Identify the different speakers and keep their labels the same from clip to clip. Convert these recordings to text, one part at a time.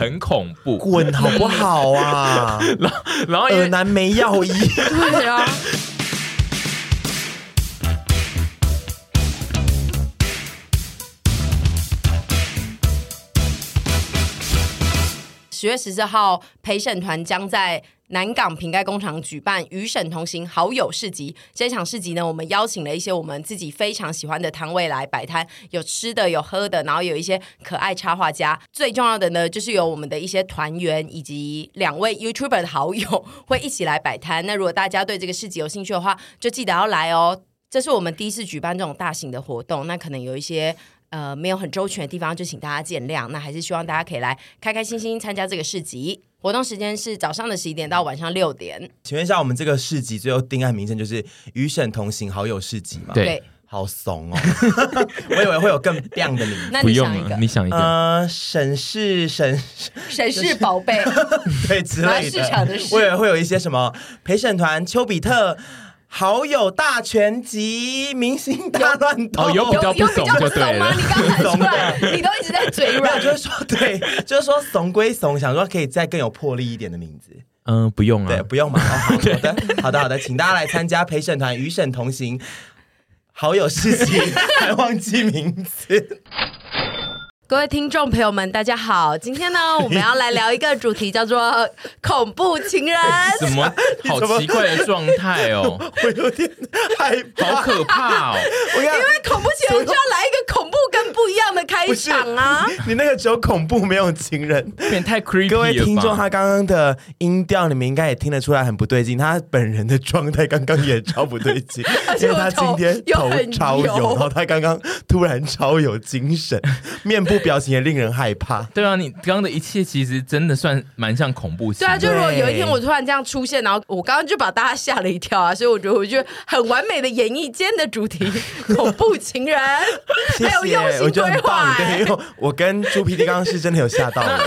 Speaker 1: 很恐怖。
Speaker 2: 滚好不好 啊？
Speaker 1: 然后因
Speaker 2: 尔
Speaker 1: 为
Speaker 2: 南没药医，
Speaker 3: 对啊，十月十四号，陪审团将在南港瓶盖工厂举办“与审同行好友市集”。这场市集呢，我们邀请了一些我们自己非常喜欢的摊位来摆摊，有吃的，有喝的，然后有一些可爱插画家。最重要的呢，就是有我们的一些团员以及两位 YouTuber 的好友会一起来摆摊。那如果大家对这个市集有兴趣的话，就记得要来哦。这是我们第一次举办这种大型的活动，那可能有一些呃没有很周全的地方，就请大家见谅。那还是希望大家可以来开开心心参加这个市集。活动时间是早上的十一点到晚上六点。
Speaker 2: 请问一下，我们这个市集最后定案名称就是“与沈同行好友市集”吗？
Speaker 1: 对，
Speaker 2: 好怂哦， 我以为会有更亮的名 字。
Speaker 3: 那
Speaker 1: 不
Speaker 3: 你
Speaker 1: 用
Speaker 3: 想一
Speaker 1: 了，
Speaker 3: 个
Speaker 1: 你想一个，
Speaker 2: 呃，沈氏沈
Speaker 3: 谁是宝贝？
Speaker 2: 对之类
Speaker 3: 哪市场的
Speaker 2: 的，
Speaker 3: 市
Speaker 2: 我以为会有一些什么陪审团、丘比特、好友大全集、明星大乱斗，
Speaker 1: 哦有比
Speaker 3: 有
Speaker 1: 较
Speaker 3: 有
Speaker 1: 不
Speaker 3: 比
Speaker 1: 怂
Speaker 3: 较不
Speaker 1: 就对
Speaker 3: 怂吗？
Speaker 1: 了
Speaker 3: 你刚喊 出来，你都一直在嘴
Speaker 2: 没
Speaker 3: 软
Speaker 2: 有，。就是说，对，就是说，怂归怂，想说可以再更有魄力一点的名字，
Speaker 1: 嗯，不用
Speaker 2: 对，
Speaker 1: 啊，
Speaker 2: 不用嘛。 哦好好的，好的，好的，请大家来参加陪审团与审同行，好友事情还忘记名字，
Speaker 3: 各位听众朋友们，大家好，今天呢，我们要来聊一个主题，叫做恐怖情 人。
Speaker 1: 怎么 好
Speaker 2: 怎么
Speaker 1: 奇怪的状态 哦，
Speaker 2: 我有点害怕。
Speaker 1: 好可怕哦，
Speaker 2: 我
Speaker 3: 因为恐怖情人就要来一个恐怖跟不一样的开
Speaker 2: 不是
Speaker 3: 场啊！
Speaker 2: 你那个只有恐怖没有情人。
Speaker 1: 有点太 creepy 了吧。
Speaker 2: 各位听众，他刚刚的音调你们应该也听得出来很不对劲，他本人的状态刚刚也超不对劲
Speaker 3: 而，且
Speaker 2: 因为
Speaker 3: 我
Speaker 2: 他今
Speaker 3: 头
Speaker 2: 天
Speaker 3: 又
Speaker 2: 头
Speaker 3: 很
Speaker 2: 超
Speaker 3: 油
Speaker 2: 然后他刚刚突然超有精神，面部表情也令人害怕。
Speaker 1: 对啊，你刚刚的一切其实真的算蛮像恐怖情
Speaker 3: 对啊，
Speaker 1: 人。
Speaker 3: 就如果有一天
Speaker 2: 对
Speaker 3: 我突然这样出现，然后我刚刚就把大家吓了一跳啊， 所以我觉得我就很完美的演绎今天的主题 恐怖情人，
Speaker 2: 谢
Speaker 3: 还有
Speaker 2: 谢
Speaker 3: 用，
Speaker 2: 我
Speaker 3: 心
Speaker 2: 觉得
Speaker 3: 规
Speaker 2: 很
Speaker 3: 划
Speaker 2: 棒。对，
Speaker 3: 欸、
Speaker 2: 因为我跟猪皮 D 刚刚是真的有吓到了。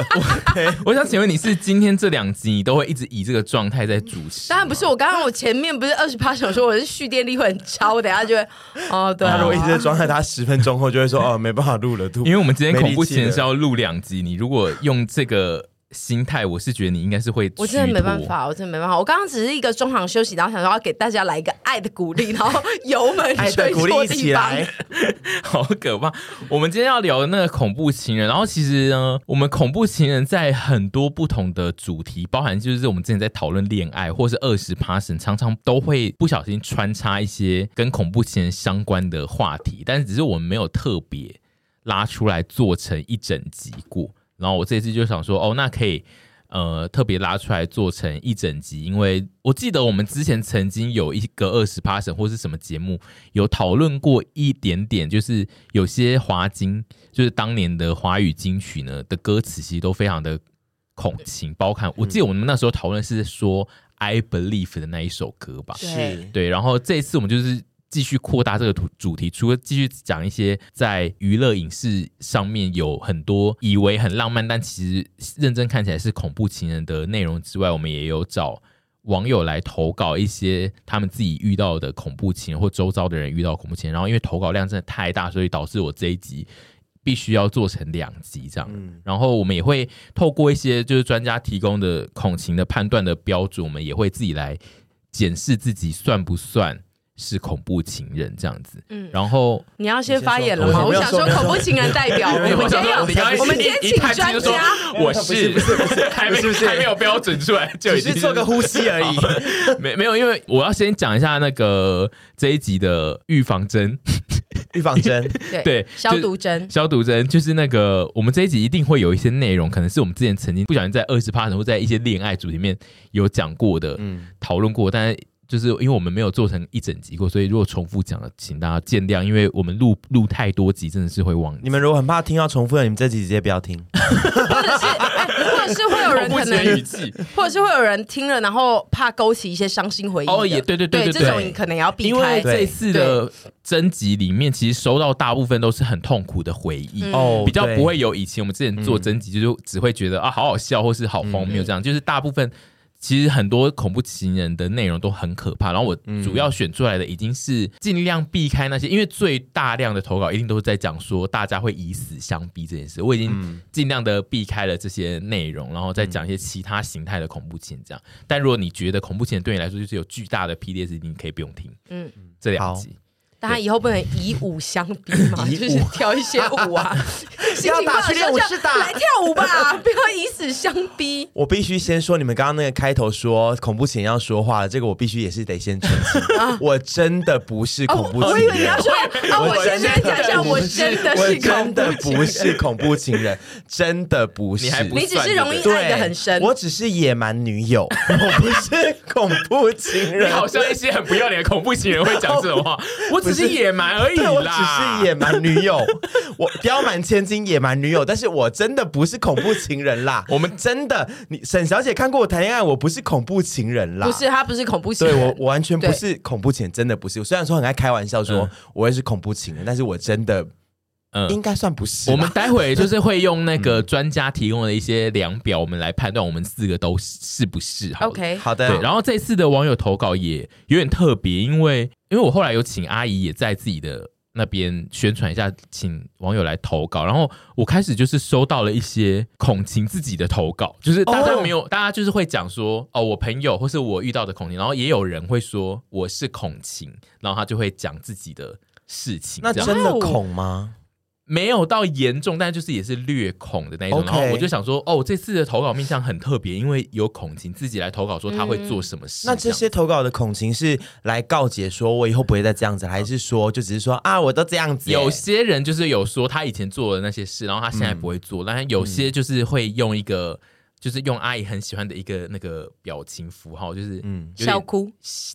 Speaker 2: 对，
Speaker 1: 我想请问你是今天这两集你都会一直以这个状态在主持？
Speaker 3: 当然不是，我刚刚我前面不是二十八小时，我是蓄电力会很差，我等一下就会哦， 对
Speaker 2: 他
Speaker 3: 啊
Speaker 2: 如，果一直在装在他十分钟后就会说哦没办法录了，
Speaker 1: 因为我们今天恐怖情人是
Speaker 2: 宵。
Speaker 1: 要录两集，你如果用这个心态，我是觉得你应该是会，
Speaker 3: 我真的没办。法，我真的没办法。我刚刚只是一个中场休息，然后想说要给大家来一个爱的鼓励，然后油门
Speaker 2: 爱
Speaker 3: 吹
Speaker 2: 的鼓励
Speaker 3: 错
Speaker 2: 一
Speaker 3: 地
Speaker 2: 起
Speaker 3: 方。
Speaker 2: 来，
Speaker 1: 好可怕！我们今天要聊的那个恐怖情人，然后其实呢，我们恐怖情人在很多不同的主题，包含就是我们之前在讨论恋爱，或是二十 passion，常常都会不小心穿插一些跟恐怖情人相关的话题，但是只是我们没有特别拉出来做成一整集过。然后我这次就想说，哦，那可以。呃，特别拉出来做成一整集，因为我记得我们之前曾经有一个二十 passion 或是什么节目，有讨论过一点点，就是有些华金，就是当年的华语金曲呢的歌词，其实都非常的恐情，包含我记得我们那时候讨论是说《I Believe》的那一首歌吧，
Speaker 3: 对
Speaker 2: 是
Speaker 1: 对，然后这一次我们就是继续扩大这个主主题，除了继续讲一些在娱乐影视上面有很多以为很浪漫，但其实认真看起来是恐怖情人的内容之外，我们也有找。网友来投稿一些他们自己遇到的恐怖情人，或周遭的人遇到恐怖情人，然后因为投稿量真的太大，所以导致我这一集必须要做成两集这样。然后我们也会透过一些就是专家提供的恐情的判断的标准，我们也会自己来检视自己算不算是恐怖情人这样子。
Speaker 3: 嗯
Speaker 1: 然后
Speaker 3: 你要先发言了吗？
Speaker 2: 我
Speaker 3: 我
Speaker 2: 没有
Speaker 3: 想
Speaker 2: 说
Speaker 3: 说
Speaker 2: 没有说
Speaker 3: 恐怖情人代表，我
Speaker 2: 没有
Speaker 3: 们今
Speaker 2: 想说
Speaker 3: 天有
Speaker 2: 你刚刚
Speaker 3: 我们
Speaker 2: 一
Speaker 3: 今天请专家。
Speaker 1: 我是
Speaker 2: 不是不 是
Speaker 1: 还没
Speaker 2: 不是不是
Speaker 1: 还没有标准出 来，就
Speaker 2: 只
Speaker 1: 已经
Speaker 2: 是做个呼吸 而已。
Speaker 1: 没没有，因为我要先讲一下那个这一集的预防针。
Speaker 2: 预防 针，
Speaker 1: 对
Speaker 3: 消毒针。
Speaker 1: 消毒针就是那个，我们这一集一定会有一些内容，可能是我们之前曾经不小心在二十趴，或在一些恋爱组里面有讲过的，
Speaker 2: 嗯，
Speaker 1: 讨论过，但是就是因为我们没有做成一整集过，所以如果重复讲了，请大家见谅，因为我们录录太多集，真的是会忘
Speaker 2: 你
Speaker 1: 记。
Speaker 2: 们如果很怕听到重复的，你们这集直接不要听。
Speaker 3: 嗯或者是，哎，或者是会有人可能，
Speaker 1: 气
Speaker 3: 或者是会有人听了，然后怕勾起一些伤心回忆的。
Speaker 1: 哦，也对对
Speaker 3: 对
Speaker 1: 对
Speaker 3: 这种你可能也要避
Speaker 1: 因为
Speaker 3: 开。
Speaker 1: 这次的征集里面，其实收到大部分都是很痛苦的回忆。
Speaker 3: 嗯
Speaker 2: 哦，
Speaker 1: 比较
Speaker 2: 对
Speaker 1: 不会有以前我们之前做征集，就是只会觉得啊好好笑或是好荒谬这样，就是大部分其实很多恐怖情人的内容都很可怕。然后我主要选出来的已经是尽量避开那些，因为最大量的投稿一定都是在讲说大家会以死相逼这件事。我已经尽量的避开了这些内容，然后再讲一些其他形态的恐怖情人这样。但如果你觉得恐怖情人对你来说就是有巨大的 PDS，你可以不用听。嗯
Speaker 3: 嗯，
Speaker 1: 这两
Speaker 4: 好
Speaker 1: 集。
Speaker 3: 大家以后不能以舞相逼嘛，
Speaker 4: 以
Speaker 3: 就
Speaker 4: 武
Speaker 3: 是跳一些舞啊，心情不好
Speaker 4: 不要打去
Speaker 3: 的时候
Speaker 4: 练舞
Speaker 3: 就
Speaker 4: 室打
Speaker 3: 来跳舞吧，不要以死相逼。
Speaker 2: 我必须先说，你们刚刚那个开头说恐怖情人要说话了，这个我必须也是得先澄清， 我真的不是恐怖情人。
Speaker 3: 啊哦我以为你要说啊，我先跟大家讲一下，我真的
Speaker 2: 我
Speaker 3: 是
Speaker 2: 真
Speaker 3: 恐
Speaker 2: 的
Speaker 3: 怖情
Speaker 2: 不
Speaker 3: 人，
Speaker 2: 是恐怖情人，真的不是。
Speaker 1: 你还不
Speaker 3: 你只是容易
Speaker 2: 对
Speaker 3: 爱的很深。
Speaker 2: 我只是野蛮女 友，我不是恐怖情
Speaker 1: 你
Speaker 2: 人，
Speaker 1: 好像一些很不要脸的恐怖情人会讲这种话， 我只是野蛮而已
Speaker 2: 对
Speaker 1: 啦。
Speaker 2: 我只是野蛮女友， 我刁蛮千金野蛮女友，但是我真的不是恐怖情人啦。
Speaker 1: 我们
Speaker 2: 真的，你沈小姐看过我谈恋爱，我不是恐怖情人啦。
Speaker 3: 不是，他不是恐怖情
Speaker 2: 对
Speaker 3: 人。
Speaker 2: 我，我完全不
Speaker 3: 对
Speaker 2: 是恐怖情人，真的不是。虽然说很爱开玩笑说
Speaker 1: 嗯
Speaker 2: 我也是恐怖情人，但是我真的
Speaker 1: 嗯
Speaker 2: 应该算不是啦。
Speaker 1: 我们待会就是会用那个专家提供的一些量表，我们来判断我们四个都是不是好了。
Speaker 3: OK，
Speaker 2: 好的，
Speaker 1: 对，然后这次的网友投稿也有点特别，因为因为我后来有请阿姨也在自己的那边宣传一下，请网友来投稿，然后我开始就是收到了一些恐情自己的投稿，就是大
Speaker 2: 哦
Speaker 1: 家没有，大家就是会讲说哦，我朋友或是我遇到的恐情，然后也有人会说我是恐情，然后他就会讲自己的事情，
Speaker 2: 那
Speaker 1: 这样
Speaker 2: 真的
Speaker 3: 哇哦
Speaker 2: 恐吗？
Speaker 1: 没有到严重，但就是也是略恐的那一种。
Speaker 2: OK
Speaker 1: 然后我就想说，哦，这次的投稿面向很特别，因为有恐情自己来投稿说他会做什么事。
Speaker 2: 那这些投稿的恐情是来告解说我以后不会再这样子，还是说就只是说啊我都这样
Speaker 1: 这
Speaker 2: 子、
Speaker 1: 样有些人就是有说他以前做的那些事，然后他现在不会做，但是有些就是会用一个，就是用阿姨很喜欢的一个那个表情符号，就是嗯
Speaker 2: 嗯，
Speaker 3: 笑哭，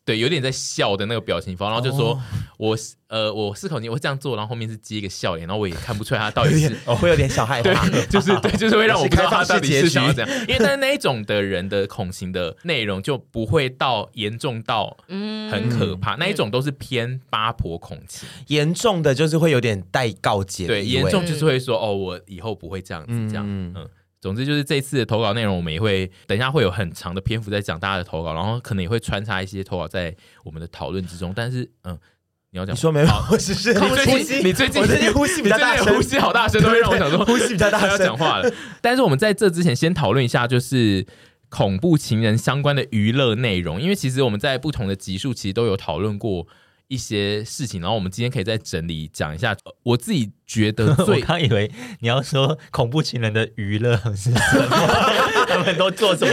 Speaker 1: 对，有点在笑的那个表情符号，然后就说、我是呃我是恐情，我会这样做，然后后面是接一个笑脸，然后我也看不出来他到底是哦
Speaker 2: 有点、啊会有点小害怕。
Speaker 1: 对，就是 对，就是会让我不知道他到底是想要怎样。因为但是那一种的人的恐情的内容就不会到严重到
Speaker 3: 嗯，
Speaker 1: 很可怕，那一种都是偏八婆恐情，
Speaker 2: 严重的就是会有点带告解的
Speaker 1: 对，
Speaker 2: 意味，
Speaker 1: 严重就是会说哦，我以后不会这样子这样，
Speaker 2: 嗯
Speaker 1: 嗯。总之就是这一次的投稿内容，我们也会等一下会有很长的篇幅在讲大家的投稿，然后可能也会穿插一些投稿在我们的讨论之中。但是，嗯，你要讲
Speaker 2: 你，说没有？ 我只是
Speaker 1: 你最近
Speaker 2: 呼吸
Speaker 1: 你最近
Speaker 2: 我最近呼吸比较大
Speaker 1: 你最
Speaker 2: 声，
Speaker 1: 近呼吸好大声，都会让我想说
Speaker 2: 对对呼吸比较大
Speaker 1: 要
Speaker 2: 声
Speaker 1: 讲。话了。但是我们在这之前，先讨论一下，就是。恐怖情人相关的娱乐内容，因为其实我们在不同的集数其实都有讨论过一些事情，然后我们今天可以再整理讲一下。呃我自己觉得
Speaker 5: 我
Speaker 1: 最
Speaker 5: 刚以为你要说恐怖情人的娱乐是什么，他们都做什么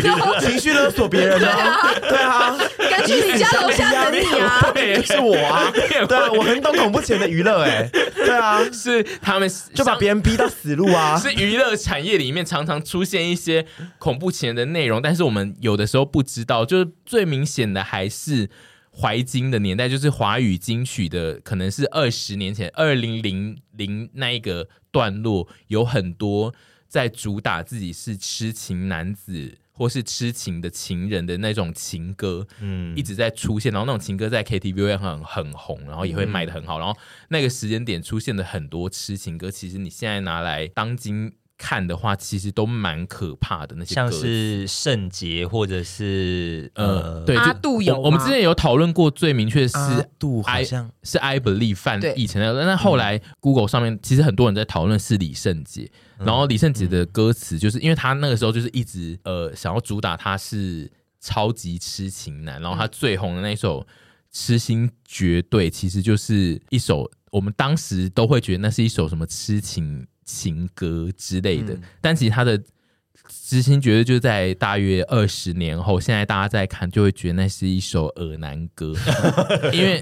Speaker 5: 乐？
Speaker 2: 情绪勒索别人啊， 对啊，
Speaker 3: 跟去你家楼下等你啊。
Speaker 1: 对
Speaker 2: 是我 啊，对啊，我很懂恐怖前的娱乐哎，对啊，
Speaker 1: 是他们
Speaker 2: 就把
Speaker 1: 相
Speaker 2: 别人逼到死路啊，
Speaker 1: 是娱乐产业里面常常出现一些恐怖情人的内容，但是我们有的时候不知道，就是最明显的还是。怀金的年代就是华语金曲的，可能是二十年前，二零零零那一个段落，有很多在主打自己是痴情男子或是痴情的情人的那种情歌，
Speaker 5: 嗯
Speaker 1: 一，直在出现，然后那种情歌在 KTV 会很很红，然后也会卖的
Speaker 5: 嗯
Speaker 1: 很好，然后那个时间点出现的很多痴情歌，其实你现在拿来当今看的话，其实都蛮可怕的那些歌
Speaker 5: 像
Speaker 1: 词。
Speaker 5: 是圣洁或者是
Speaker 1: 呃
Speaker 5: 呃，，啊
Speaker 1: 对，就
Speaker 3: 阿杜有
Speaker 1: 我我们
Speaker 3: 吗
Speaker 1: 之前有讨论过，最明确的是
Speaker 2: 阿杜好
Speaker 1: I-
Speaker 2: 像
Speaker 1: 是 I Believe 范
Speaker 3: 对
Speaker 1: 以前的，但后来 Google 上面其实很多人在讨论是李圣杰，然后李圣杰的歌词就是因为他那个时候就是一直呃想要主打他是超级痴情男，然后他最红的那一首《痴心绝对》其实就是一首我们当时都会觉得那是一首什么痴情情歌之类的，但其实他的知心觉得就在大约二十年后，现在大家在看就会觉得那是一首耳男歌，因为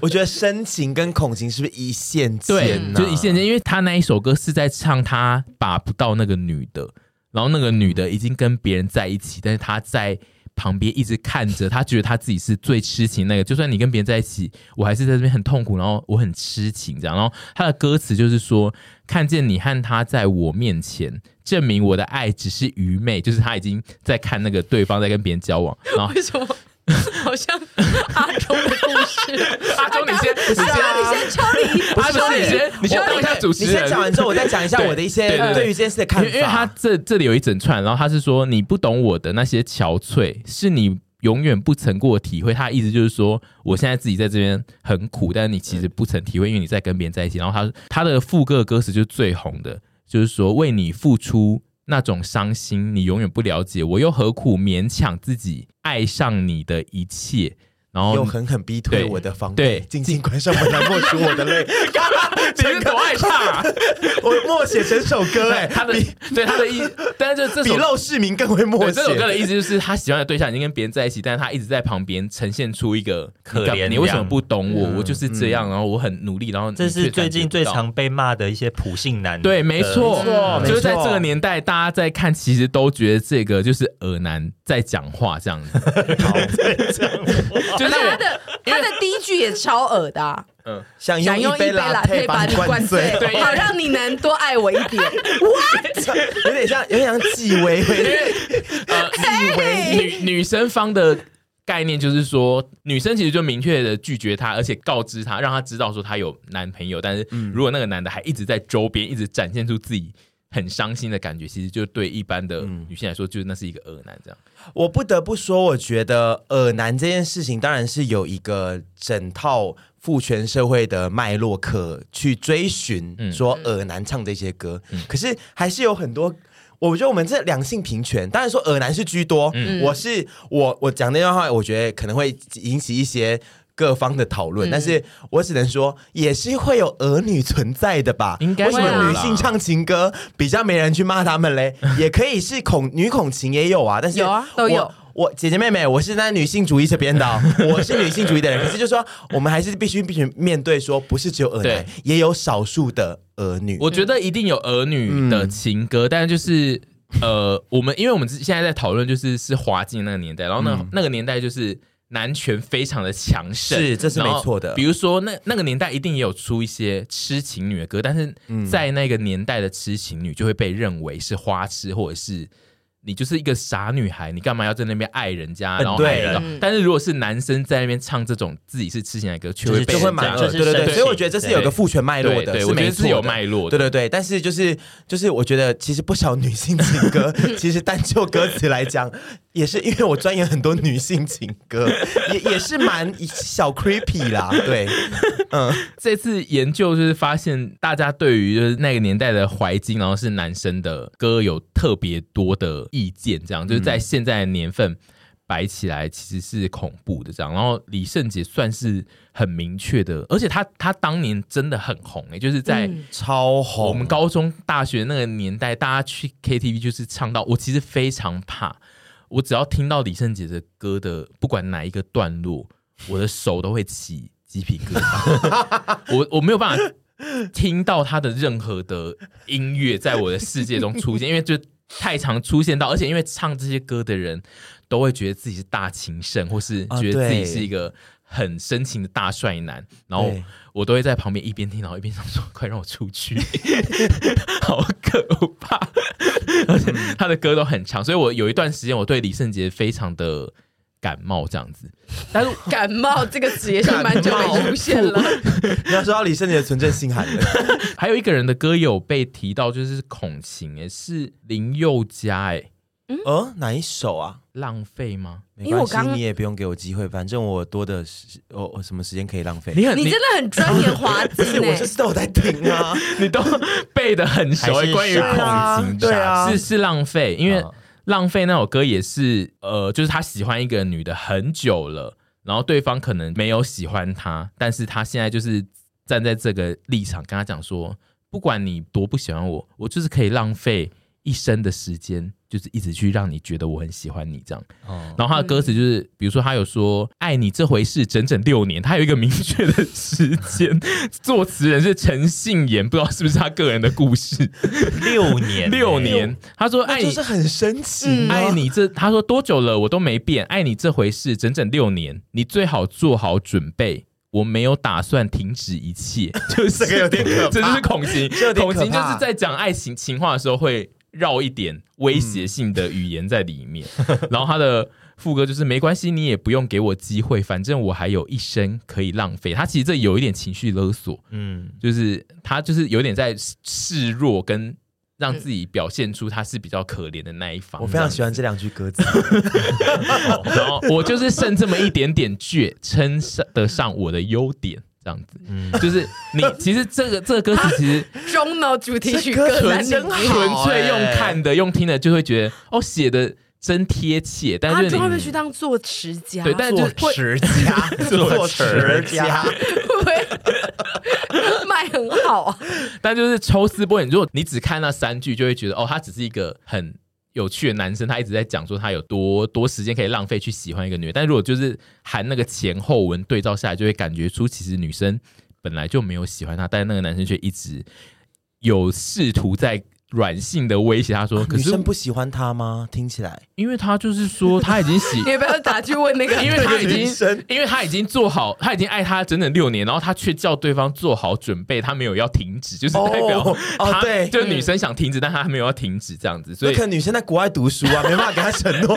Speaker 2: 我觉得深情跟恐情是不是一线
Speaker 1: 对
Speaker 2: 间，呐？
Speaker 1: 就是一线间，因为他那一首歌是在唱他把不到那个女的，然后那个女的已经跟别人在一起，但是他在旁边一直看着，他觉得他自己是最痴情那个，就算你跟别人在一起，我还是在这边很痛苦，然后我很痴情这样。然后他的歌词就是说，看见你和他在我面前。证明我的爱只是愚昧，就是他已经 在看那个对方在跟别人交往，然后
Speaker 3: 为什么好像阿忠的故事？
Speaker 1: 阿忠，你先，你
Speaker 3: 对啊，
Speaker 1: 先，
Speaker 3: 你先抽离，
Speaker 1: 阿忠，你先，你先当一下主持
Speaker 2: 你先
Speaker 1: 人
Speaker 2: 讲。完之后，我再讲一下
Speaker 1: 对
Speaker 2: 我的一些
Speaker 1: 对对对
Speaker 2: 对于这件事的看
Speaker 1: 因
Speaker 2: 法。
Speaker 1: 为因为他这这里有一整串，然后他是说你不懂我的那些憔悴，是你永远不曾过的体会。他的意思就是说，我现在自己在这边很苦，但是你其实不曾体会，因为你在跟别人在一起。然后他他的副歌的歌词就是最红的，就是说为你付出那种伤心，你永远不了解，我又何苦勉强自己爱上你的一切？然后
Speaker 2: 又狠狠逼退我的防
Speaker 1: 对
Speaker 2: 备，静静关上门来默数我的泪。
Speaker 1: 你是多爱上、啊？
Speaker 2: 我默写整首歌，哎，
Speaker 1: 他的对他的意，但是这
Speaker 2: 比
Speaker 1: 首
Speaker 2: 陋室铭更会默
Speaker 1: 对，
Speaker 2: 写。
Speaker 1: 这首歌的意思就是他喜欢的对象已经跟别人在一起，但是他一直在旁边呈现出一个
Speaker 5: 可
Speaker 1: 你干
Speaker 5: 怜
Speaker 1: 你为什么
Speaker 5: 样嗯
Speaker 1: 不懂我？我就是这样，然后我很努力，然后你
Speaker 5: 这
Speaker 1: 却
Speaker 5: 是
Speaker 1: 感
Speaker 5: 最
Speaker 1: 觉
Speaker 5: 近
Speaker 1: 不
Speaker 5: 最
Speaker 1: 到。
Speaker 5: 常被骂的一些普信男。
Speaker 1: 对，没错，
Speaker 2: 没错
Speaker 1: 就是在
Speaker 2: 没错
Speaker 1: 这个年代，大家在看，其实都觉得这个就是耳男在讲话这 样子， 就是
Speaker 3: 他
Speaker 1: 我
Speaker 3: 的他的第一句也超恶的啊，
Speaker 2: 想
Speaker 3: 想
Speaker 2: 用一
Speaker 3: 用一杯
Speaker 2: 杯
Speaker 3: 拉
Speaker 2: 拉
Speaker 3: 配把
Speaker 2: 把
Speaker 3: 你
Speaker 2: 你
Speaker 3: 灌
Speaker 2: 灌
Speaker 3: 醉
Speaker 2: 醉，，
Speaker 1: 对
Speaker 3: 好让你能多爱我一点。
Speaker 2: 有点像，有点像纪委会的
Speaker 1: 呃，
Speaker 2: 纪委。
Speaker 1: 女女生方的概念就是说，女生其实就明确的拒绝他，而且告知他，让他知道说他有男朋友。但是如果那个男的还一直在周边，一直展现出自己很伤心的感觉，其实就对一般的女性来说，就是那是一个恶男这样。
Speaker 2: 我不得不说，我觉得耳男这件事情当然是有一个整套父权社会的脉络可去追寻，
Speaker 1: 嗯
Speaker 2: 说耳男唱这些歌，可是还是有很多。我觉得我们这两性平权，当然说耳男是居多，
Speaker 1: 嗯
Speaker 2: 我是我我讲那段话，我觉得可能会引起一些各方的讨论，但是我只能说，也是会有儿女存在的吧？
Speaker 1: 应该
Speaker 2: 为什
Speaker 3: 会
Speaker 2: 么
Speaker 3: 啦
Speaker 2: 女性唱情歌比较没人去骂他 们嘞？也可以是恐女恐情也有啊，但是
Speaker 3: 有啊都有
Speaker 2: 我我姐姐妹妹，我是在女性主义这边的哦、 我是女性主义的人，可是就说我们还是必须必须面对说，不是只有儿男
Speaker 1: 对，
Speaker 2: 也有少数的儿女。
Speaker 1: 我觉得一定有儿女
Speaker 2: 嗯
Speaker 1: 的情歌，但是就是呃，我们因为我们现在在讨论就是是华进那个年代，然后
Speaker 2: 嗯
Speaker 1: 那、那个年代就是。男权非常的强盛，
Speaker 2: 是这是没
Speaker 1: 然后
Speaker 2: 错的
Speaker 1: 比如说那那个年代一定也有出一些痴情女的歌，但是
Speaker 2: 嗯
Speaker 1: 在那个年代的痴情女就会被认为是花痴，或者是你就是一个傻女孩，你干嘛要在那边爱人家，
Speaker 2: 嗯
Speaker 1: 然后爱
Speaker 2: 对
Speaker 1: 人家但是如果是男生在那边唱这种自己是痴情的歌，却
Speaker 5: 就是
Speaker 1: 会被
Speaker 2: 就
Speaker 1: 人
Speaker 2: 会
Speaker 1: 家
Speaker 2: 蛮恶，
Speaker 5: 就
Speaker 2: 对
Speaker 5: 是
Speaker 2: 对对，
Speaker 5: 深
Speaker 2: 所以我觉得这是有个
Speaker 1: 对
Speaker 2: 父权脉络
Speaker 1: 对
Speaker 2: 的，
Speaker 1: 对，
Speaker 2: 是
Speaker 1: 我觉
Speaker 2: 没
Speaker 1: 得
Speaker 2: 错
Speaker 1: 是有
Speaker 2: 的
Speaker 1: 脉络的
Speaker 2: 对。对对，但是就是就是，我觉得其实不少女性情歌，其实单就歌词来讲，也是因为我钻研很多女性情歌，也也是蛮小 creepy 啦。对，
Speaker 1: 这次研究就是发现，大家对于就是那个年代的怀金，然后是男生的歌有特别多的意见，这样就是在现在的年份摆起来其实是恐怖的这样。然后李圣杰算是很明确的，而且他他当年真的很红诶、就是在。
Speaker 2: 超红。
Speaker 1: 我们高中、大学那个年代，大家去 KTV 就是唱到我其实非常怕，我只要听到李圣杰的歌的，不管哪一个段落，我的手都会起鸡皮疙瘩，我我没有办法听到他的任何的音乐在我的世界中出现，因为就太常出现到，而且因为唱这些歌的人都会觉得自己是大情圣，或是
Speaker 2: 啊
Speaker 1: 觉得自己
Speaker 2: 对
Speaker 1: 是一个很深情的大帅男，然后
Speaker 2: 对
Speaker 1: 我都会在旁边一边听，然后一边想说：“快让我出去， 好可怕！”而且他的歌都很长，所以我有一段时间我对李圣杰非常的感冒，这样子。但是
Speaker 3: 感冒这个词也是蛮久没出现了，
Speaker 2: 你要说到李圣杰的纯正心寒了，
Speaker 1: 还有一个人的歌有被提到，就是孔晴，哎，是林宥嘉，哎，
Speaker 2: 哦，哪一首啊？
Speaker 1: 浪费吗？
Speaker 2: 没
Speaker 3: 因为我
Speaker 2: 关系，
Speaker 3: 刚
Speaker 2: 你也不用给我机会，反正我多的是，我、我什么时间可以浪费？
Speaker 1: 你很
Speaker 3: 你真的很钻研滑稽
Speaker 2: 是我
Speaker 3: 呢
Speaker 2: 就。是都有在听啊，
Speaker 1: 你都背的很熟，
Speaker 5: 还
Speaker 1: 哎
Speaker 5: 是
Speaker 1: 关于
Speaker 5: 傻
Speaker 1: 孔
Speaker 2: 啊
Speaker 1: 晴，
Speaker 2: 对啊
Speaker 1: 是是浪费，因为
Speaker 5: 嗯
Speaker 1: 浪费那首歌也是呃，就是他喜欢一个女的很久了，然后对方可能没有喜欢他，但是他现在就是站在这个立场跟他讲说，不管你多不喜欢我，我就是可以浪费一生的时间，就是一直去让你觉得我很喜欢你这样。
Speaker 5: 哦，
Speaker 1: 然后他的歌词就是，比如说他有说“爱你这回事整整六年”，他有一个明确的时间。 作词人是陈信言，不知道是不是他个人的故事。
Speaker 5: 六年，
Speaker 1: 六年，他说爱
Speaker 2: 就
Speaker 1: 你
Speaker 2: 是很深
Speaker 1: 嗯
Speaker 2: 情、啊
Speaker 1: 爱你这，他说多久了我都没变，爱你这回事整整六年，你最好做好准备。我没有打算停止一切， 就是
Speaker 2: 这个有点可怕
Speaker 1: 这就是恐情
Speaker 2: 这有，点可
Speaker 1: 恐
Speaker 2: 怕
Speaker 1: 情就是在讲爱情
Speaker 2: 嗯
Speaker 1: 情话的时候会绕一点威胁性的语言在里面。然后他的副歌就是没关系，你也不用给我机会，反正我还有一生可以浪费。他其实这有一点情绪勒索，
Speaker 5: 嗯，
Speaker 1: 就是他就是有点在示弱，跟让自己表现出他是比较可怜的那一方。
Speaker 2: 嗯我非常喜欢这两句歌词，
Speaker 1: 这样，然后我就是剩这么一点点倔，称上得上我的优点。这样子，就是你其实这个这个歌词其实
Speaker 3: 中脑主题曲
Speaker 2: 这歌
Speaker 3: 歌
Speaker 2: 纯
Speaker 3: 男女
Speaker 2: 真
Speaker 3: 一
Speaker 1: 纯
Speaker 2: 好
Speaker 1: 粹用
Speaker 2: 欸
Speaker 1: 看的、用听的，就会觉得哦写的真贴切，但
Speaker 3: 他
Speaker 1: 是
Speaker 3: 啊就会
Speaker 1: 你
Speaker 3: 被去当做持家，
Speaker 1: 对，但是就是会
Speaker 2: 持 家，做持家，
Speaker 3: 对 卖很好啊。
Speaker 1: 但就是抽丝剥茧，如果你只看那三句，就会觉得哦，他只是一个很有趣的男生，他一直在讲说他有多多时间可以浪费去喜欢一个女人。但如果就是含那个前后文对照下来，就会感觉出其实女生本来就没有喜欢他，但是那个男生却一直有试图在。软性的威胁他说：“可
Speaker 2: 女
Speaker 1: 是
Speaker 2: 生不喜欢他吗？听起来
Speaker 1: 因为他就是说他已经 喜，
Speaker 3: 你要不要打去问那个？
Speaker 1: 因为他已
Speaker 2: 女
Speaker 1: 经
Speaker 2: 生，
Speaker 1: 因为他已经做好，他已经爱他整整六年，然后他却叫对方做好准备，他没有要停止，就是代表
Speaker 2: 哦
Speaker 1: 他、
Speaker 2: 哦对
Speaker 1: 就是女生想停止，但他没有要停止这样子，所
Speaker 2: 那
Speaker 1: 以
Speaker 2: 可能女生在国外读书 啊，没办法给她承诺。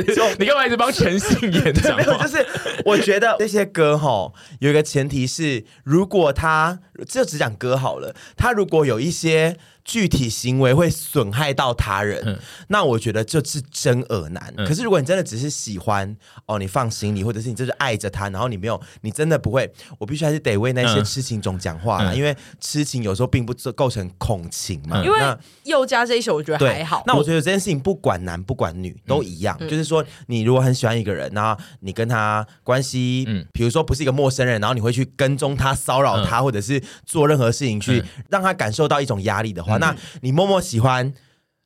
Speaker 1: 一直你干嘛一直帮陈信演讲
Speaker 2: 没有，
Speaker 1: 话
Speaker 2: 就？是我觉得这些歌哈，有一个前提是，如果他就只讲歌好了，他如果有一些具体行为会损害到他人，
Speaker 1: 嗯
Speaker 2: 那我觉得就是真恶男。
Speaker 1: 嗯
Speaker 2: 可是如果你真的只是喜欢哦，你放心里，或者是你就是爱着他，然后你没有，你真的不会，我必须还是得为那些
Speaker 1: 嗯
Speaker 2: 痴情种讲话啦，
Speaker 1: 嗯
Speaker 2: 因为痴情有时候并不构成恐情嘛，
Speaker 1: 嗯
Speaker 3: 因为
Speaker 2: 那
Speaker 3: 佑嘉这一首我觉得
Speaker 2: 对，
Speaker 3: 还好，
Speaker 2: 那我觉得这件事情不管男不管女都一样，
Speaker 3: 嗯
Speaker 2: 就是说你如果很喜欢一个人，然后你跟他关系，
Speaker 1: 嗯
Speaker 2: 比如说不是一个陌生人，然后你会去跟踪他、骚扰他，或者是做任何事情去
Speaker 1: 嗯
Speaker 2: 让他感受到一种压力的话，那你默默喜欢。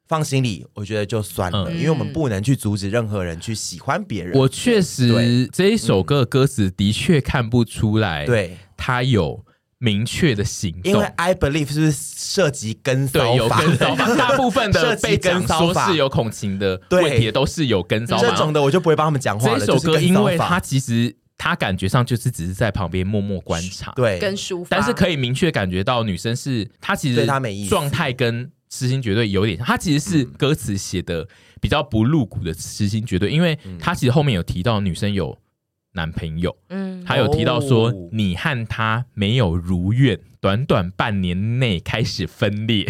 Speaker 2: 放心里，我觉得就算了，
Speaker 1: 嗯
Speaker 2: 因为我们不能去阻止任何人去喜欢别人。
Speaker 1: 我确实
Speaker 2: 对
Speaker 1: 这一首歌的歌词的确看不出来，，
Speaker 2: 对，
Speaker 1: 他有明确的行
Speaker 2: 因为
Speaker 1: 动。
Speaker 2: I believe 是不是涉及跟
Speaker 1: 对，
Speaker 2: 骚
Speaker 1: 有
Speaker 2: 法？
Speaker 1: 跟骚 法，大部分的
Speaker 2: 涉及
Speaker 1: 被讲
Speaker 2: 跟骚
Speaker 1: 说
Speaker 2: 法
Speaker 1: 是有恐情的
Speaker 2: 对
Speaker 1: 问题，都是有跟骚法。
Speaker 2: 这种的我就不会帮他们讲话
Speaker 1: 这
Speaker 2: 了。
Speaker 1: 一首
Speaker 2: 就是
Speaker 1: 歌，
Speaker 2: 跟
Speaker 1: 因
Speaker 2: 骚
Speaker 1: 为
Speaker 2: 法
Speaker 1: 他其实他感觉上就是只是在旁边默默观察，，
Speaker 2: 对
Speaker 3: 跟抒发，
Speaker 1: 但是
Speaker 3: 以
Speaker 1: 可以明确感觉到女生是她其实
Speaker 2: 对她没意思
Speaker 1: 状态跟痴心绝对有点像，她其实是歌词写的比较不露骨的痴心绝对，因为她其实后面有提到女生有男朋友，
Speaker 3: 嗯，
Speaker 1: 她有提到说
Speaker 2: 哦
Speaker 1: 你和他没有如愿，短短半年内开始分裂。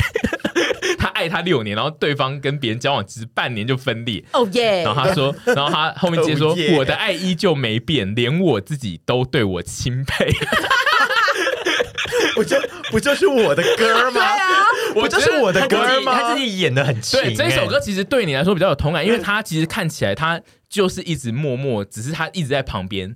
Speaker 1: 她爱他六年，然后对方跟别人交往只半年就分裂，
Speaker 3: 哦耶
Speaker 1: 然，后他说，然后他后面接着 说
Speaker 2: 哦耶，
Speaker 1: 我的爱依旧没变，连我自己都对我钦佩。
Speaker 2: 不就不就是我的歌吗？
Speaker 3: 啊
Speaker 2: 不就是 我的
Speaker 5: 他自
Speaker 2: 歌
Speaker 5: 己
Speaker 2: 吗？
Speaker 5: 他自己演的很轻、欸
Speaker 1: 对，这
Speaker 2: 哎
Speaker 1: 首歌其实对你来说比较有同感，因为他其实看起来他就是一直默默，只是他一直在旁边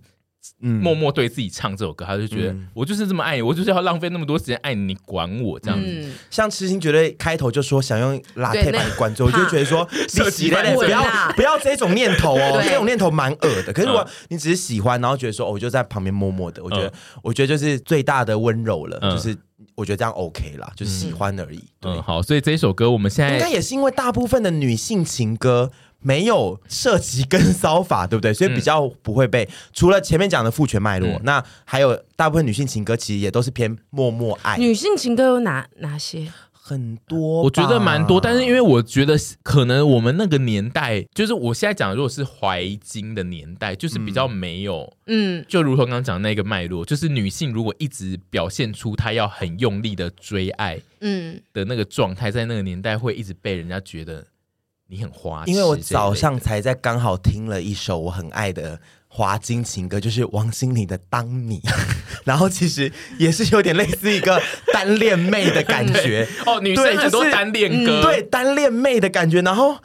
Speaker 2: 嗯
Speaker 1: 默默对自己唱这首歌，他就觉得
Speaker 2: 嗯
Speaker 1: 我就是这么爱你，我就是要浪费那么多时间爱你，你管我这样子。
Speaker 3: 嗯，
Speaker 2: 像痴心绝对开头就说想用拉
Speaker 3: 对
Speaker 2: 配
Speaker 3: 那
Speaker 2: 把你灌醉，我就
Speaker 3: 怕
Speaker 2: 觉得 说
Speaker 1: 涉
Speaker 2: 你
Speaker 1: 及
Speaker 2: 洗了嘞，
Speaker 3: 犯
Speaker 2: 不
Speaker 3: 罪
Speaker 2: 要
Speaker 3: 啦
Speaker 2: 不要这种念头哦，
Speaker 3: 对
Speaker 2: 这种念头蛮恶的。可是如果
Speaker 1: 嗯
Speaker 2: 你只是喜欢，然后觉得说哦我就在旁边默默的，我觉得
Speaker 1: 嗯
Speaker 2: 我觉得就是最大的温柔了，
Speaker 1: 嗯
Speaker 2: 就是我觉得这样 OK 啦，就是喜欢而已。对
Speaker 1: 嗯，，好，所以这首歌我们现
Speaker 2: 应该
Speaker 1: 在
Speaker 2: 也是因为大部分的女性情歌没有涉及跟骚法，对不对？所以比较不会被、除了前面讲的父权脉络，
Speaker 1: 嗯
Speaker 2: 那还有大部分女性情歌其实也都是偏默默爱，
Speaker 3: 女性情歌有哪哪些？
Speaker 2: 很多吧，
Speaker 1: 我觉得蛮多，但是因为我觉得可能我们那个年代，就是我现在讲，如果是怀金的年代，就是比较没有。
Speaker 3: 嗯，
Speaker 1: 就如同刚刚讲的那个脉络，就是女性如果一直表现出她要很用力的追爱
Speaker 3: 嗯，
Speaker 1: 的那个状态，在那个年代会一直被人家觉得你很花痴。
Speaker 2: 因为我早上才在刚好听了一首我很爱的华金情歌，就是王心凌的《当你》， 然后其实也是有点类似一个单恋妹的感 觉，
Speaker 1: 这一类的哦，女生
Speaker 2: 对
Speaker 1: 很多
Speaker 2: 就是嗯
Speaker 1: 单恋歌，
Speaker 2: 对单恋妹的感觉，然后。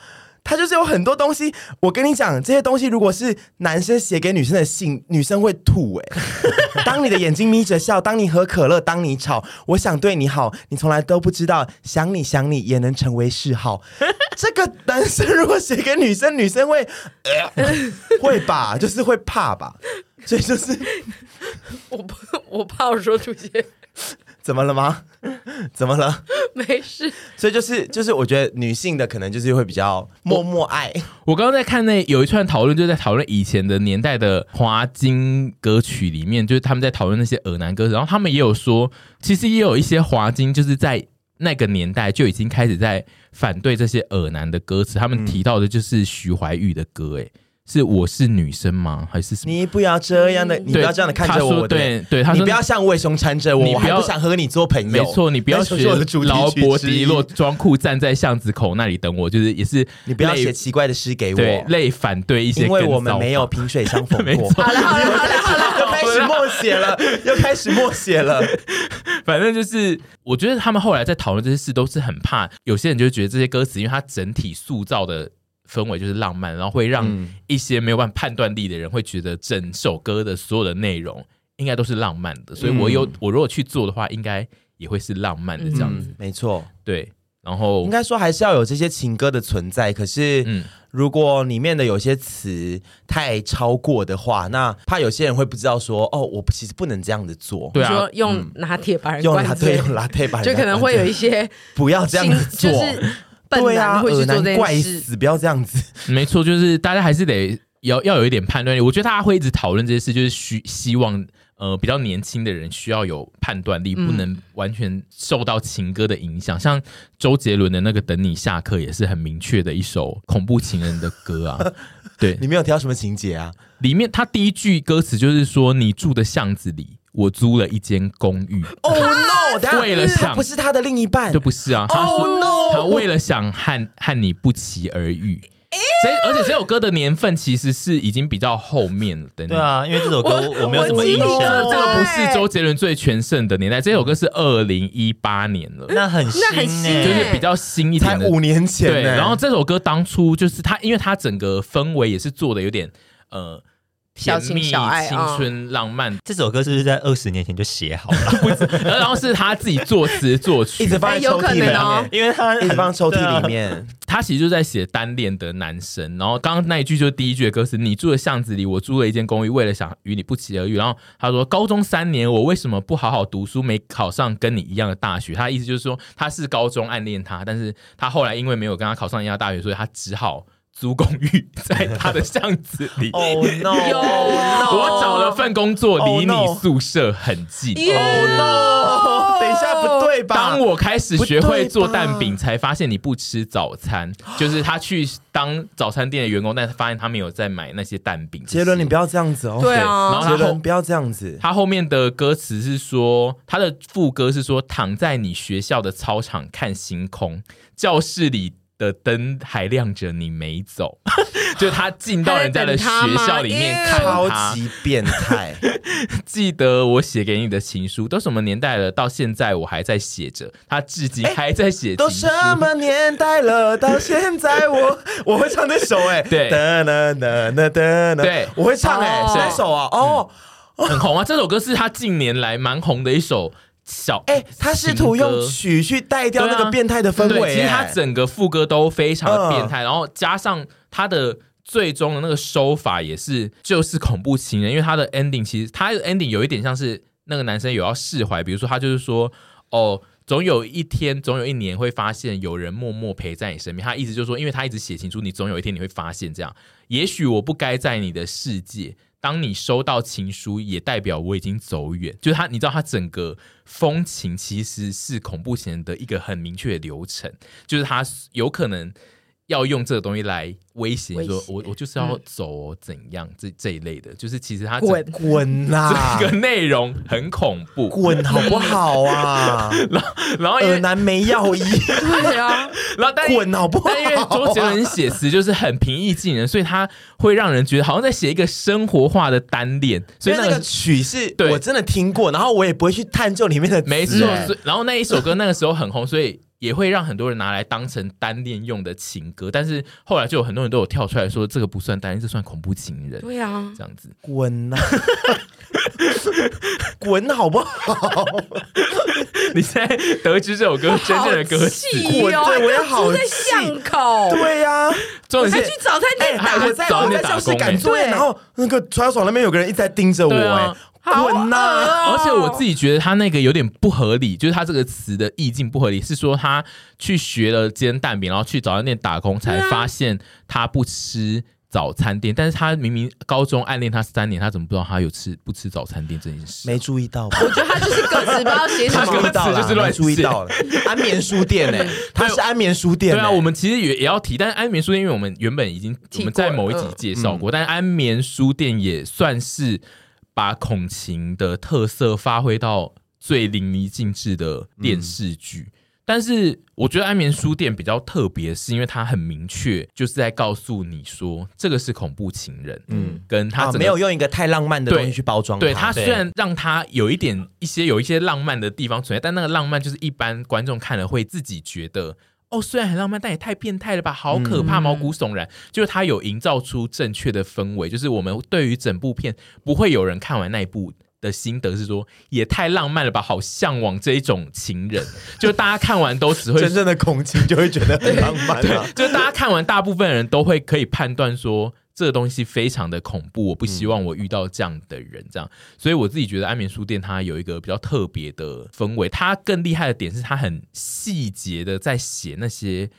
Speaker 2: 她就是有很多东西，我跟你讲，这些东西如果是男生写给女生的信，女生会吐哎、 当你的眼睛眯着笑，当你喝可乐，当你吵，我想对你好，你从来都不知道，想你想你也能成为嗜好。 这个男生如果写给女生，女生会、呃会吧，就是会怕吧，所以就是
Speaker 3: 我不我怕我说出些
Speaker 2: 怎么了吗？怎么了？
Speaker 3: 没事，
Speaker 2: 所以就是就是，我觉得女性的可能就是会比较默默爱。
Speaker 1: 我刚刚在看那有一串讨论，就在讨论以前的年代的华金歌曲里面，就是他们在讨论那些耳男歌，然后他们也有说，其实也有一些华金就是在那个年代就已
Speaker 2: 嗯
Speaker 1: 经开始在反对这些耳男的歌词，他们提到的就是徐怀钰的歌，哎，是我是女生吗？还是什么？
Speaker 2: 你不要这样的，你不
Speaker 1: 对
Speaker 2: 要这样的看着
Speaker 1: 他
Speaker 2: 我，
Speaker 1: 说
Speaker 2: 我的
Speaker 1: 对对，他
Speaker 2: 你
Speaker 1: 说
Speaker 2: 不要像魏兄缠着我，
Speaker 1: 你不
Speaker 2: 我还
Speaker 1: 要
Speaker 2: 不想和你做朋友。
Speaker 1: 没错，你不要
Speaker 2: 那就是
Speaker 1: 学
Speaker 2: 我的主题
Speaker 1: 劳
Speaker 2: 曲
Speaker 1: 勃
Speaker 2: 之一
Speaker 1: 迪洛装酷站在巷子口那里等我，就是也是
Speaker 2: 你不要
Speaker 1: 类
Speaker 2: 写奇怪的诗给
Speaker 1: 对
Speaker 2: 我，
Speaker 1: 类反对一些
Speaker 2: 因
Speaker 1: 跟造法，
Speaker 2: 为我们没有萍水相 逢
Speaker 1: 没
Speaker 2: 过。
Speaker 1: 错，
Speaker 3: 好了好了好了好了，
Speaker 2: 又开始默写了，又开始默写 了。
Speaker 1: 反正就是，我觉得他们后来在讨论这些事，都是很怕有些人就会觉得这些歌词，因为它整体塑造的氛围就是浪漫，然后会让
Speaker 2: 嗯
Speaker 1: 一些没有办法判断力的人会觉得整首歌的所有的内容应该都是浪漫的。所以我有、我如果去做的话，应该也会是浪漫的这样子。
Speaker 2: 嗯嗯，没错，
Speaker 1: 对，然后
Speaker 2: 应该说还是要有这些情歌的存在。可是，
Speaker 1: 嗯，
Speaker 2: 如果里面的有些词太超过的话，那怕有些人会不知道说，哦，我其实不能这样子做。
Speaker 1: 对
Speaker 3: 你说
Speaker 1: 啊，
Speaker 3: 用拿铁把人
Speaker 2: 用
Speaker 3: 灌
Speaker 2: 拉对
Speaker 3: 醉，
Speaker 2: 用拉对吧，
Speaker 3: 就可能会有一些
Speaker 2: 不要这
Speaker 3: 心
Speaker 2: 样子
Speaker 3: 就
Speaker 2: 做。
Speaker 3: 是笨
Speaker 2: 对啊，
Speaker 3: 男会去
Speaker 2: 耳
Speaker 3: 做这
Speaker 2: 男怪
Speaker 3: 件事。
Speaker 2: 死，不要这样子。
Speaker 1: 没错，就是大家还是得要要有一点判断力。我觉得大家会一直讨论这些事，就是需希望呃比较年轻的人需要有判断力，不能完全受到情歌的影响。像周杰伦的那个《等你下课》也是很明确的一首恐怖情人的歌啊。 对，
Speaker 2: 你没有挑什么情节啊？
Speaker 1: 里面他第一句歌词就是说：“你住的巷子里，我租了一间公寓。
Speaker 2: 哦、no！等下
Speaker 1: 为了想
Speaker 2: 他不是他的另一”半
Speaker 1: 这，不是啊，他说、他为了想和和你不期而遇。这而且这首歌的年份其实是已经比较后面了的，
Speaker 5: 对啊，因为这首歌我没有什么印
Speaker 3: 我记得
Speaker 5: 象，
Speaker 1: 这个不是周杰伦最全盛的年代，这首歌是二零一八年了，
Speaker 5: 那很新
Speaker 3: 那很新
Speaker 5: 欸
Speaker 1: 就是比较新一
Speaker 2: 才
Speaker 1: 点的。
Speaker 2: 五年前呢、
Speaker 1: 对，然后这首歌当初就是它，因为它整个氛围也是做的有点呃
Speaker 3: 小
Speaker 1: 甜
Speaker 3: 情
Speaker 1: 蜜、
Speaker 3: 小爱
Speaker 1: 青
Speaker 3: 嗯
Speaker 1: 春、浪漫，
Speaker 5: 这首歌是不是在二十年前就写好了？
Speaker 1: 然后是他自己作词作
Speaker 2: 一
Speaker 1: 曲
Speaker 2: 直，放
Speaker 3: 哎
Speaker 2: 在
Speaker 3: 有
Speaker 2: 抽
Speaker 3: 可
Speaker 2: 屉里
Speaker 3: 能
Speaker 2: 面，
Speaker 3: 哦
Speaker 5: 因为他
Speaker 2: 一直放在抽屉里。
Speaker 5: 对啊
Speaker 2: 面。
Speaker 1: 他其实就在写单恋的男生。然后刚刚那一句就是第一句的歌词：“你住的巷子里，我租了一间公寓，为了想与你不期而遇。”然后他说：“高中三年，我为什么不好好读书，没考上跟你一样的大学？”他的意思就是说，他是高中暗恋他，但是他后来因为没有跟他考上一样的大学，所以他只好租公寓在他的巷子里。
Speaker 2: Oh no！哦
Speaker 3: 有哦
Speaker 1: 我找了份工作，
Speaker 2: Oh
Speaker 1: 离
Speaker 2: no
Speaker 1: 你宿舍很 近。
Speaker 3: 耶
Speaker 2: 哦 no！等一下，不对吧？
Speaker 1: 当我开始学
Speaker 2: 不
Speaker 1: 会
Speaker 2: 对吧
Speaker 1: 做蛋饼，才发现你不吃早餐，就是他去当早餐店的员工，但是发现他没有在买那些蛋饼。
Speaker 2: 杰伦，你不要这样子哦。
Speaker 3: 对
Speaker 1: 然后，
Speaker 3: 啊
Speaker 2: 杰
Speaker 1: 他后
Speaker 2: 伦不要这样子。
Speaker 1: 他后面的歌词是说，他的副歌是说，躺在你学校的操场看星空，教室里。的灯还亮着，你没走， 就他进到人家的学校里面
Speaker 3: 他在
Speaker 1: 看他，
Speaker 3: 等
Speaker 2: 超级变态，
Speaker 1: 记得我写给你的情书，都什么年代了，到现在我还在写着，他至今
Speaker 2: 哎
Speaker 1: 还在写情
Speaker 2: 都
Speaker 1: 书。
Speaker 2: 什么年代了，到现在我 我会唱这首哎、
Speaker 1: 对
Speaker 2: 哒哒哒哒哒哒
Speaker 1: 对
Speaker 2: 我会唱哎、
Speaker 3: 哦
Speaker 2: 欸，哪首啊？哦，
Speaker 1: 很红啊！这首歌是他近年来蛮红的一首小
Speaker 2: 哎、他试图
Speaker 1: 情
Speaker 2: 用
Speaker 1: 歌
Speaker 2: 曲去带掉那
Speaker 1: 对
Speaker 2: 个
Speaker 1: 啊
Speaker 2: 变态的氛围、
Speaker 1: 对，其实他
Speaker 2: 哎嗯
Speaker 1: 整个副歌都非常的变态，然后加上他的。最终的那个收法也是，就是恐怖情人，因为他的 ending 其实他的 ending 有一点像是那个男生有要释怀，比如说他就是说，哦，总有一天，总有一年会发现有人默默陪在你身边。他意思就是说，因为他一直写情书，你总有一天你会发现这样，也许我不该在你的世界。当你收到情书，也代表我已经走远。就是他，你知道他整个风情其实是恐怖情人的一个很明确的流程，就是他有可能要用这个东西来威胁你说
Speaker 3: 威胁
Speaker 1: 我我就是要走哦、怎样这这一类的，就是其实他整
Speaker 3: 滚
Speaker 2: 嗯滚啦，
Speaker 1: 整个 内容很恐怖。
Speaker 2: 滚好不 好啊？
Speaker 1: 然后因为
Speaker 2: 耳男没药医，
Speaker 3: 对啊，
Speaker 1: 然后但
Speaker 2: 滚好不好
Speaker 1: 但因为周杰伦写词就是很平易近人，所以他会让人觉得好像在写一个生活化的单恋，所
Speaker 2: 因
Speaker 1: 以那
Speaker 2: 为那个
Speaker 1: 个。
Speaker 2: 曲是
Speaker 1: 对
Speaker 2: 我真的听过，然后我也不会去探究里面的词
Speaker 1: 没错，
Speaker 2: 哎
Speaker 1: 所以然后那一首歌那个时候很红，所以也会让很多人拿来当成单恋用的情歌。但是后来就有很多人都有跳出来说，这个不算单恋，这算恐怖情人，
Speaker 3: 对啊，
Speaker 1: 这样子。
Speaker 2: 滚呐、 滚好不好？
Speaker 1: 你现在得知这首歌 真正的歌词，
Speaker 3: 气哦，
Speaker 2: 我对我也
Speaker 3: 还
Speaker 2: 好
Speaker 3: 住在
Speaker 2: 气
Speaker 3: 巷口，
Speaker 2: 对呀、
Speaker 1: 重
Speaker 3: 还
Speaker 1: 点
Speaker 3: 去
Speaker 1: 是
Speaker 3: 早餐
Speaker 1: 哎
Speaker 3: 店
Speaker 1: 还
Speaker 3: 打
Speaker 1: 有
Speaker 2: 我
Speaker 1: 去
Speaker 2: 在
Speaker 1: 早
Speaker 2: 我
Speaker 1: 餐店
Speaker 2: 在
Speaker 1: 打
Speaker 2: 教室
Speaker 1: 工
Speaker 2: 赶
Speaker 1: 欸
Speaker 2: 作业，
Speaker 3: 对
Speaker 2: 然后那个传爽那边有个人一直在盯着我、
Speaker 1: 对
Speaker 2: 哎、
Speaker 1: 啊
Speaker 3: 好
Speaker 2: 滚呐、
Speaker 3: 恶哦
Speaker 1: 而且我自己觉得他那个有点不合理，就是他这个词的意境不合理，是说他去学了煎蛋饼，然后去早餐店打工，才发现他不吃早餐店，但是他明明高中暗恋他三年，他怎么不知道他有吃不吃早餐店这件事？
Speaker 2: 没注意到吧？
Speaker 3: 我觉得他就是个子，不知道写什
Speaker 1: 他
Speaker 2: 注
Speaker 1: 根本
Speaker 2: 意
Speaker 3: 么。
Speaker 1: 这
Speaker 2: 到了，
Speaker 1: 就是乱
Speaker 2: 没注意
Speaker 1: 写
Speaker 2: 到了。安眠书店呢？它是安眠书店
Speaker 1: 对
Speaker 2: 欸。
Speaker 1: 啊，我们其实也也要提，但是安眠书店，因为我们原本已经
Speaker 3: 提过
Speaker 1: 我们在某一集介绍过，但是安眠书店也算是把孔晴的特色发挥到最淋漓尽致的电视剧。但是我觉得安眠书店比较特别，是因为它很明确，就是在告诉你说这个是恐怖情人，嗯，跟他
Speaker 2: 啊，
Speaker 1: 整个
Speaker 2: 没有用一个太浪漫的
Speaker 1: 对
Speaker 2: 东西去包装它。
Speaker 1: 对他虽然让他有一点一些有一些浪漫的地方存在，但那个浪漫就是一般观众看了会自己觉得。哦，虽然很浪漫，但也太变态了吧，好可怕，
Speaker 2: 嗯
Speaker 1: 毛骨悚然。就是他有营造出正确的氛围，就是我们对于整部片不会有人看完那一部的心得是说，也太浪漫了吧，好向往这一种情人。就大家看完都只会
Speaker 2: 真正的恐情就会觉得很浪漫啊。
Speaker 1: 就是大家看完，大部分人都会可以判断说这个东西非常的恐怖，我不希望我遇到这样的人，这样。所以我自己觉得安眠书店它有一个比较特别的氛围，它更厉害的点是它很细节的在写那些。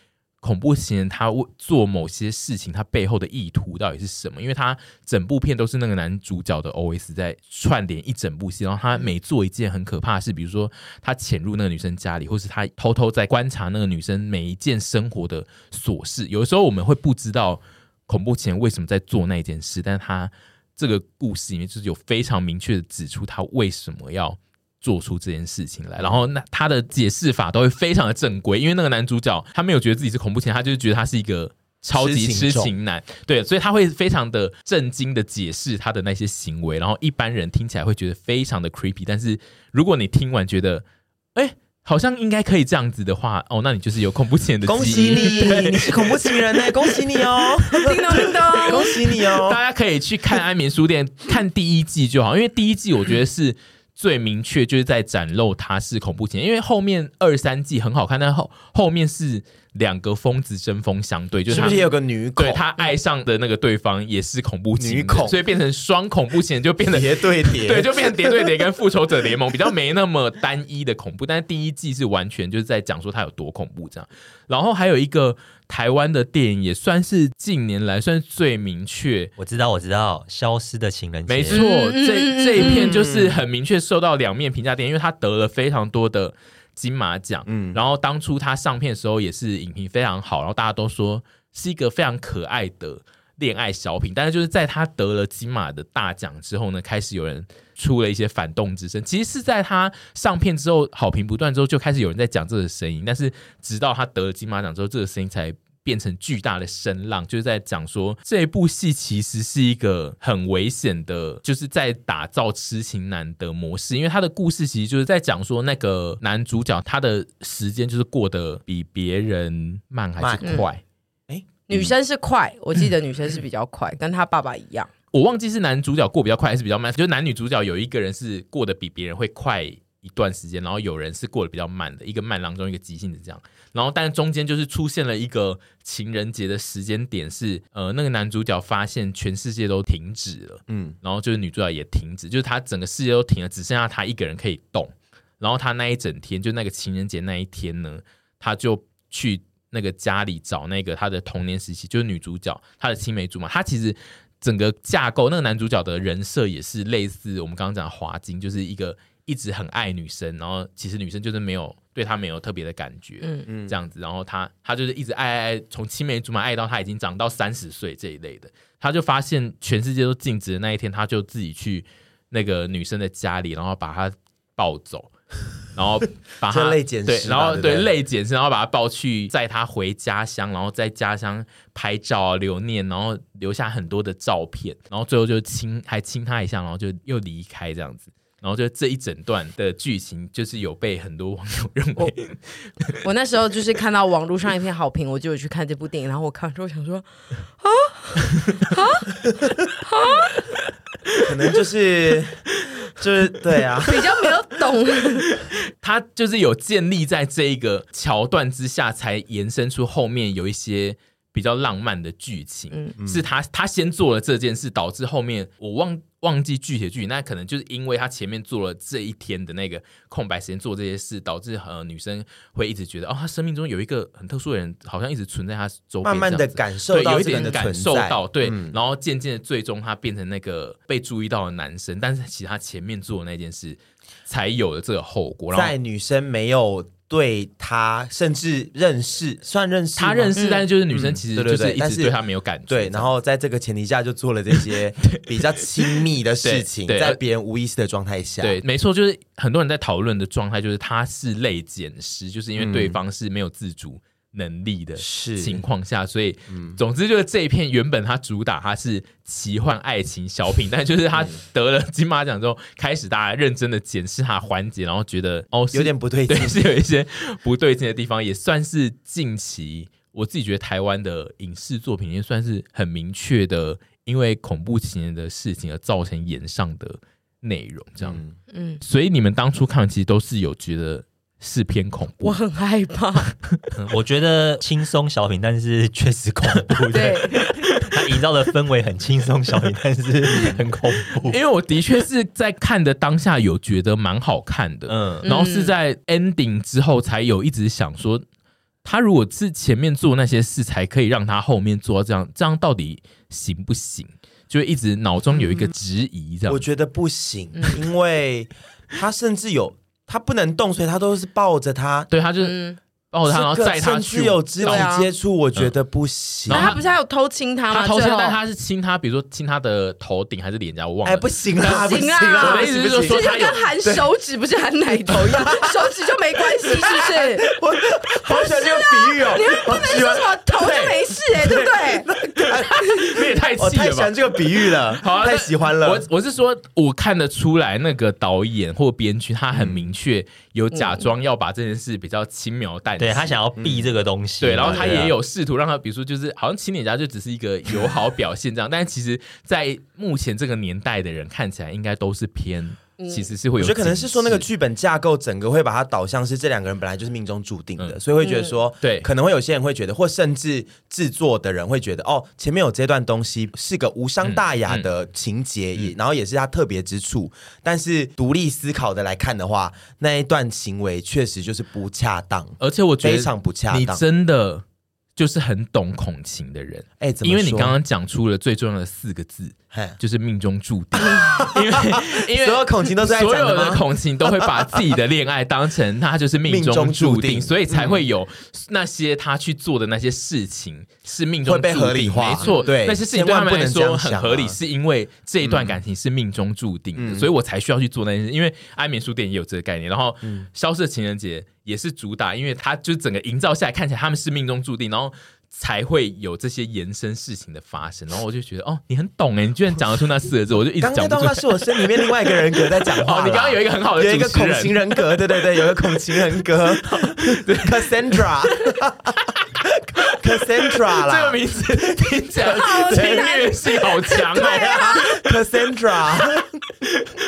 Speaker 1: 恐怖情人他为做某些事情，他背后的意图到底是什么？因为他整部片都是那个男主角的 OS 在串联一整部戏，然后他每做一件很可怕的事，比如说他潜入那个女生家里，或是他偷偷在观察那个女生每一件生活的琐事。有的时候我们会不知道恐怖情人为什么在做那一件事，但是他这个故事里面就是有非常明确的指出他为什么要做出这件事情来，然后那他的解释法都会非常的正规，因为那个男主角他没有觉得自己是恐怖情人，他就是觉得他是一个超级
Speaker 2: 痴情
Speaker 1: 痴
Speaker 2: 种
Speaker 1: 情男，对，所以他会非常的震惊的解释他的那些行为，然后一般人听起来会觉得非常的 creepy，但是如果你听完觉得，哎、好像应该可以这样子的话，哦，那你就是有恐怖情人的基因，
Speaker 2: 恭喜你，你是恐怖情 人呢，恭喜你哦，
Speaker 3: 叮咚叮咚，
Speaker 2: 恭喜你哦
Speaker 1: 大。家可以去看《安眠书店》，看第一季就好，因为第一季我觉得是最明确，就是在展露他是恐怖情人。因为后面二三季很好看，但后后面是两个疯子针锋相对，就是
Speaker 2: 是
Speaker 1: 他
Speaker 2: 不是也有个女恐
Speaker 1: 对？他爱上的那个对方也是恐怖情
Speaker 2: 女
Speaker 1: 人
Speaker 2: 恐，
Speaker 1: 所以变成双恐怖情人，就变得
Speaker 2: 叠对叠，
Speaker 1: 对，就变成叠对叠跟复仇者联盟比较没那么单一的恐怖，但是第一季是完全就是在讲说它有多恐怖这样。然后还有一个台湾的电影，也算是近年来算是最明确。
Speaker 5: 我知道，我知道，消失的情人节，
Speaker 1: 没错，
Speaker 3: 嗯
Speaker 1: 这
Speaker 3: 嗯
Speaker 1: 这一片就是很明确受到两面评价点，因为它得了非常多的金马奖，嗯，然后当初它上片的时候也是影评非常好，然后大家都说是一个非常可爱的恋爱小品，但是就是在它得了金马的大奖之后呢，开始有人出了一些反动之声，其实是在它上片之后好评不断之后，就开始有人在讲这个声音，但是直到它得了金马奖之后，这个声音才变成巨大的声浪，就是在讲说这部戏其实是一个很危险的，就是在打造痴情男的模式，因为他的故事其实就是在讲说那个男主角他的时间就是过得比别人慢还是
Speaker 3: 慢
Speaker 1: 快。
Speaker 3: 女生是快，我记得女生是比较快，跟她爸爸一样。
Speaker 1: 我忘记是男主角过比较快还是比较慢，就是男女主角有一个人是过得比别人会快一段时间，然后有人是过得比较慢的，一个慢郎中，一个急性子这样。然后，但中间就是出现了一个情人节的时间点是，呃，那个男主角发现全世界都停止了，
Speaker 2: 嗯，
Speaker 1: 然后就是女主角也停止，就是她整个世界都停了，只剩下她一个人可以动。然后她那一整天，就那个情人节那一天呢，她就去那个家里找那个她的童年时期，就是女主角她的青梅竹马。她其实整个架构，那个男主角的人设也是类似我们刚刚讲的华金，就是一个一直很爱女生，然后其实女生就是没有对他没有特别的感觉，
Speaker 3: 嗯
Speaker 1: 嗯，这样子。然后他他就是一直爱爱爱，从青梅竹马爱到他已经长到三十岁这一类的。他就发现全世界都静止的那一天，他就自己去那个女生的家里，然后把她抱走， 然后把她
Speaker 2: 这类检视
Speaker 1: 对，
Speaker 2: 吧
Speaker 1: 然后
Speaker 2: 对不对
Speaker 1: 类检视，然后把她抱去载她回家乡，然后在家乡拍照啊留念，然后留下很多的照片，然后最后就亲还亲她一下，然后就又离开这样子。然后就这一整段的剧情，就是有被很多网友认为
Speaker 3: 我那时候就是看到网络上一篇好评，我就有去看这部电影，然后我看完之后想说，
Speaker 2: 可能就是 就是对啊，
Speaker 3: 比较没有懂，
Speaker 1: 他就是有建立在这一个桥段之下，才延伸出后面有一些
Speaker 2: 嗯
Speaker 1: 比较浪漫的剧情。是他他先做了这件事，导致后面我忘忘记具体的剧情，那可能就是因为他前面做了这一天的那个空白时间做这些事，导致呃女生会一直觉得哦，她生命中有一个很特殊的人，好像一直存在她周边这样
Speaker 2: 慢
Speaker 1: 子，
Speaker 2: 慢的感受
Speaker 1: 对，
Speaker 2: 到
Speaker 1: 有一
Speaker 2: 这个人
Speaker 1: 点
Speaker 2: 的
Speaker 1: 感
Speaker 2: 存
Speaker 1: 受
Speaker 2: 在，
Speaker 1: 到，对，
Speaker 2: 嗯
Speaker 1: 然后渐渐的，最终他变成那个被注意到的男生，但是其实他前面做的那件事才有了这个后果，然
Speaker 2: 在
Speaker 1: 后。
Speaker 2: 女生没有对他甚至认识，算认识吗，
Speaker 1: 他认识，但是就是女生其实
Speaker 2: 嗯对对
Speaker 1: 就是
Speaker 2: 对
Speaker 1: 一
Speaker 2: 但
Speaker 1: 直
Speaker 2: 是
Speaker 1: 对他没有感觉，
Speaker 2: 对，然后在这个前提下就做了这 些比较亲密的事情，
Speaker 1: 对对
Speaker 2: 在别人无意识的状态下，
Speaker 1: 对，没错，就是很多人在讨论的状态，就是他是类捡尸，就是
Speaker 2: 嗯
Speaker 1: 因为对方是没有自主能力的
Speaker 2: 是嗯
Speaker 1: 情况下，所以、总之就是这一片原本它主打它是奇幻爱情小品，但就是他得了金马奖之后，开始大家认真的检视它的环节，然后觉 得哦是
Speaker 2: 有点不对 劲
Speaker 1: 对，。是有一些不对劲的地方，也算是近期我自己觉得台湾的影视作品也算是很明确的，因为恐怖情人的事情而造成延上的内容，这样。
Speaker 3: 嗯，
Speaker 1: 所以你们当初看完其实都是有觉得是偏恐
Speaker 3: 我
Speaker 1: 怖，
Speaker 3: 很害怕，
Speaker 5: 嗯我觉得轻松小品，但是 确实恐怖
Speaker 3: 对
Speaker 5: 的。，它营造的氛围很轻松小品，但是很恐 怖
Speaker 1: 因。为我的确是在看的当下有觉得蛮好看的，
Speaker 2: 嗯，
Speaker 1: 然后是在 ending 之后才有一直想说，他如果是前面做那些事，才可以让他后面做到这样，这样到底行不行？就一直脑中有一个质疑，这样
Speaker 2: 嗯我。觉得不行，
Speaker 1: 嗯
Speaker 2: 因为他甚至有他不能动，所以他都是抱着他，
Speaker 1: 对，他就是
Speaker 3: 嗯，
Speaker 1: 抱着他，然后
Speaker 2: 这个
Speaker 1: 载他
Speaker 2: 甚
Speaker 1: 去啊
Speaker 2: 至有肢体
Speaker 1: 到
Speaker 2: 接触，我觉得不行
Speaker 1: 然
Speaker 3: 那
Speaker 1: 后。
Speaker 3: 他不是还有偷亲啊他
Speaker 1: 他
Speaker 3: 吗？
Speaker 1: 偷
Speaker 3: 最
Speaker 1: 亲，
Speaker 3: 后
Speaker 1: 但他是亲他，比如说亲他的头顶还是脸颊，我忘了。
Speaker 2: 哎，不行啦，
Speaker 3: 不
Speaker 2: 不
Speaker 3: 行
Speaker 2: 行
Speaker 3: 啊
Speaker 2: 啦！
Speaker 1: 我的意思是说
Speaker 2: 不行
Speaker 1: 说
Speaker 3: 这就
Speaker 1: 他有
Speaker 3: 跟含手指不是含奶头一样，手指就没关系，是不是？
Speaker 2: 我好喜欢这个比喻哦，
Speaker 3: 不能说什么头就没事哎、对不对？
Speaker 1: 你 也太
Speaker 2: 我
Speaker 1: 气
Speaker 2: 太
Speaker 1: 了
Speaker 2: 喜
Speaker 1: 吧
Speaker 2: 欢！这个比喻了，
Speaker 1: 好啊
Speaker 2: 太喜欢了
Speaker 1: 我。我是说，我看得出来那个导演或编剧，他很明确有假装要把这件事比较轻描淡写，
Speaker 5: 对他想要避这个东西嘛，
Speaker 1: 对，然后他
Speaker 5: 对啊
Speaker 1: 也有试图让他，比如说就是好像亲脸颊就只是一个友好表现这样，但是其实，在目前这个年代的人看起来应该都是偏，其实是会
Speaker 2: 我
Speaker 1: 有
Speaker 2: 觉
Speaker 1: 警示，
Speaker 2: 得可能是说那个剧本架构整个会把它导向是这两个人本来就是命中注定的，
Speaker 1: 嗯
Speaker 2: 所以会觉得说，
Speaker 1: 对
Speaker 2: 可能会有些人会觉得，或甚至制作的人会觉得，哦，前面有这段东西是个无伤大雅
Speaker 1: 嗯
Speaker 2: 的情节，也、然后也是它特别之处，但是独立思考的来看的话，那一段行为确实就是不恰当，
Speaker 1: 而且我觉
Speaker 2: 非
Speaker 1: 得
Speaker 2: 常不恰
Speaker 1: 你
Speaker 2: 当。
Speaker 1: 真的就是很懂恐情的人，
Speaker 2: 哎，怎么
Speaker 1: 因为你
Speaker 2: 说
Speaker 1: 刚刚讲出了最重要的四个字，
Speaker 2: 嘿
Speaker 1: 就是命中注 定，因为因为
Speaker 2: 所有孔情都是在
Speaker 1: 所
Speaker 2: 讲
Speaker 1: 有
Speaker 2: 的
Speaker 1: 的
Speaker 2: 吗？
Speaker 1: 恐情都会把自己的恋爱当成他就是命中
Speaker 2: 命中
Speaker 1: 注
Speaker 2: 注
Speaker 1: 定，
Speaker 2: 定
Speaker 1: 所以才会有那些他去做的那些事情是命中注定
Speaker 2: 会被合理化
Speaker 1: 没错，
Speaker 2: 对
Speaker 1: 那些事情对他
Speaker 2: 千万
Speaker 1: 们
Speaker 2: 不
Speaker 1: 来
Speaker 2: 能这
Speaker 1: 说
Speaker 2: 样想
Speaker 1: 很
Speaker 2: 啊
Speaker 1: 合理，是因为这一段感情是命中注定的，所以我才需要去做那件事。因为安眠书店也有这个概念，然后《消失的情人节》也是主打，因为它就整个营造下来看起来他们是命中注定，然后。才会有这些延伸事情的发生，然后我就觉得，哦，你很懂哎，你居然讲得出那四个字，我就一直
Speaker 2: 刚
Speaker 1: 讲
Speaker 2: 刚那
Speaker 1: 不
Speaker 2: 段
Speaker 1: 出来
Speaker 2: 话。是我身里面另外一个人格在讲
Speaker 1: 哦
Speaker 2: 话啦。，
Speaker 1: 你刚刚有一个很好的
Speaker 2: 有一个
Speaker 1: 主持
Speaker 2: 恐
Speaker 1: 人
Speaker 2: 情人格，对对对，有一个恐情人格 ，Cassandra，Cassandra
Speaker 1: 这个
Speaker 2: 啊啦啊
Speaker 1: 名字听起 来侵略性好强哦！
Speaker 2: ，Cassandra，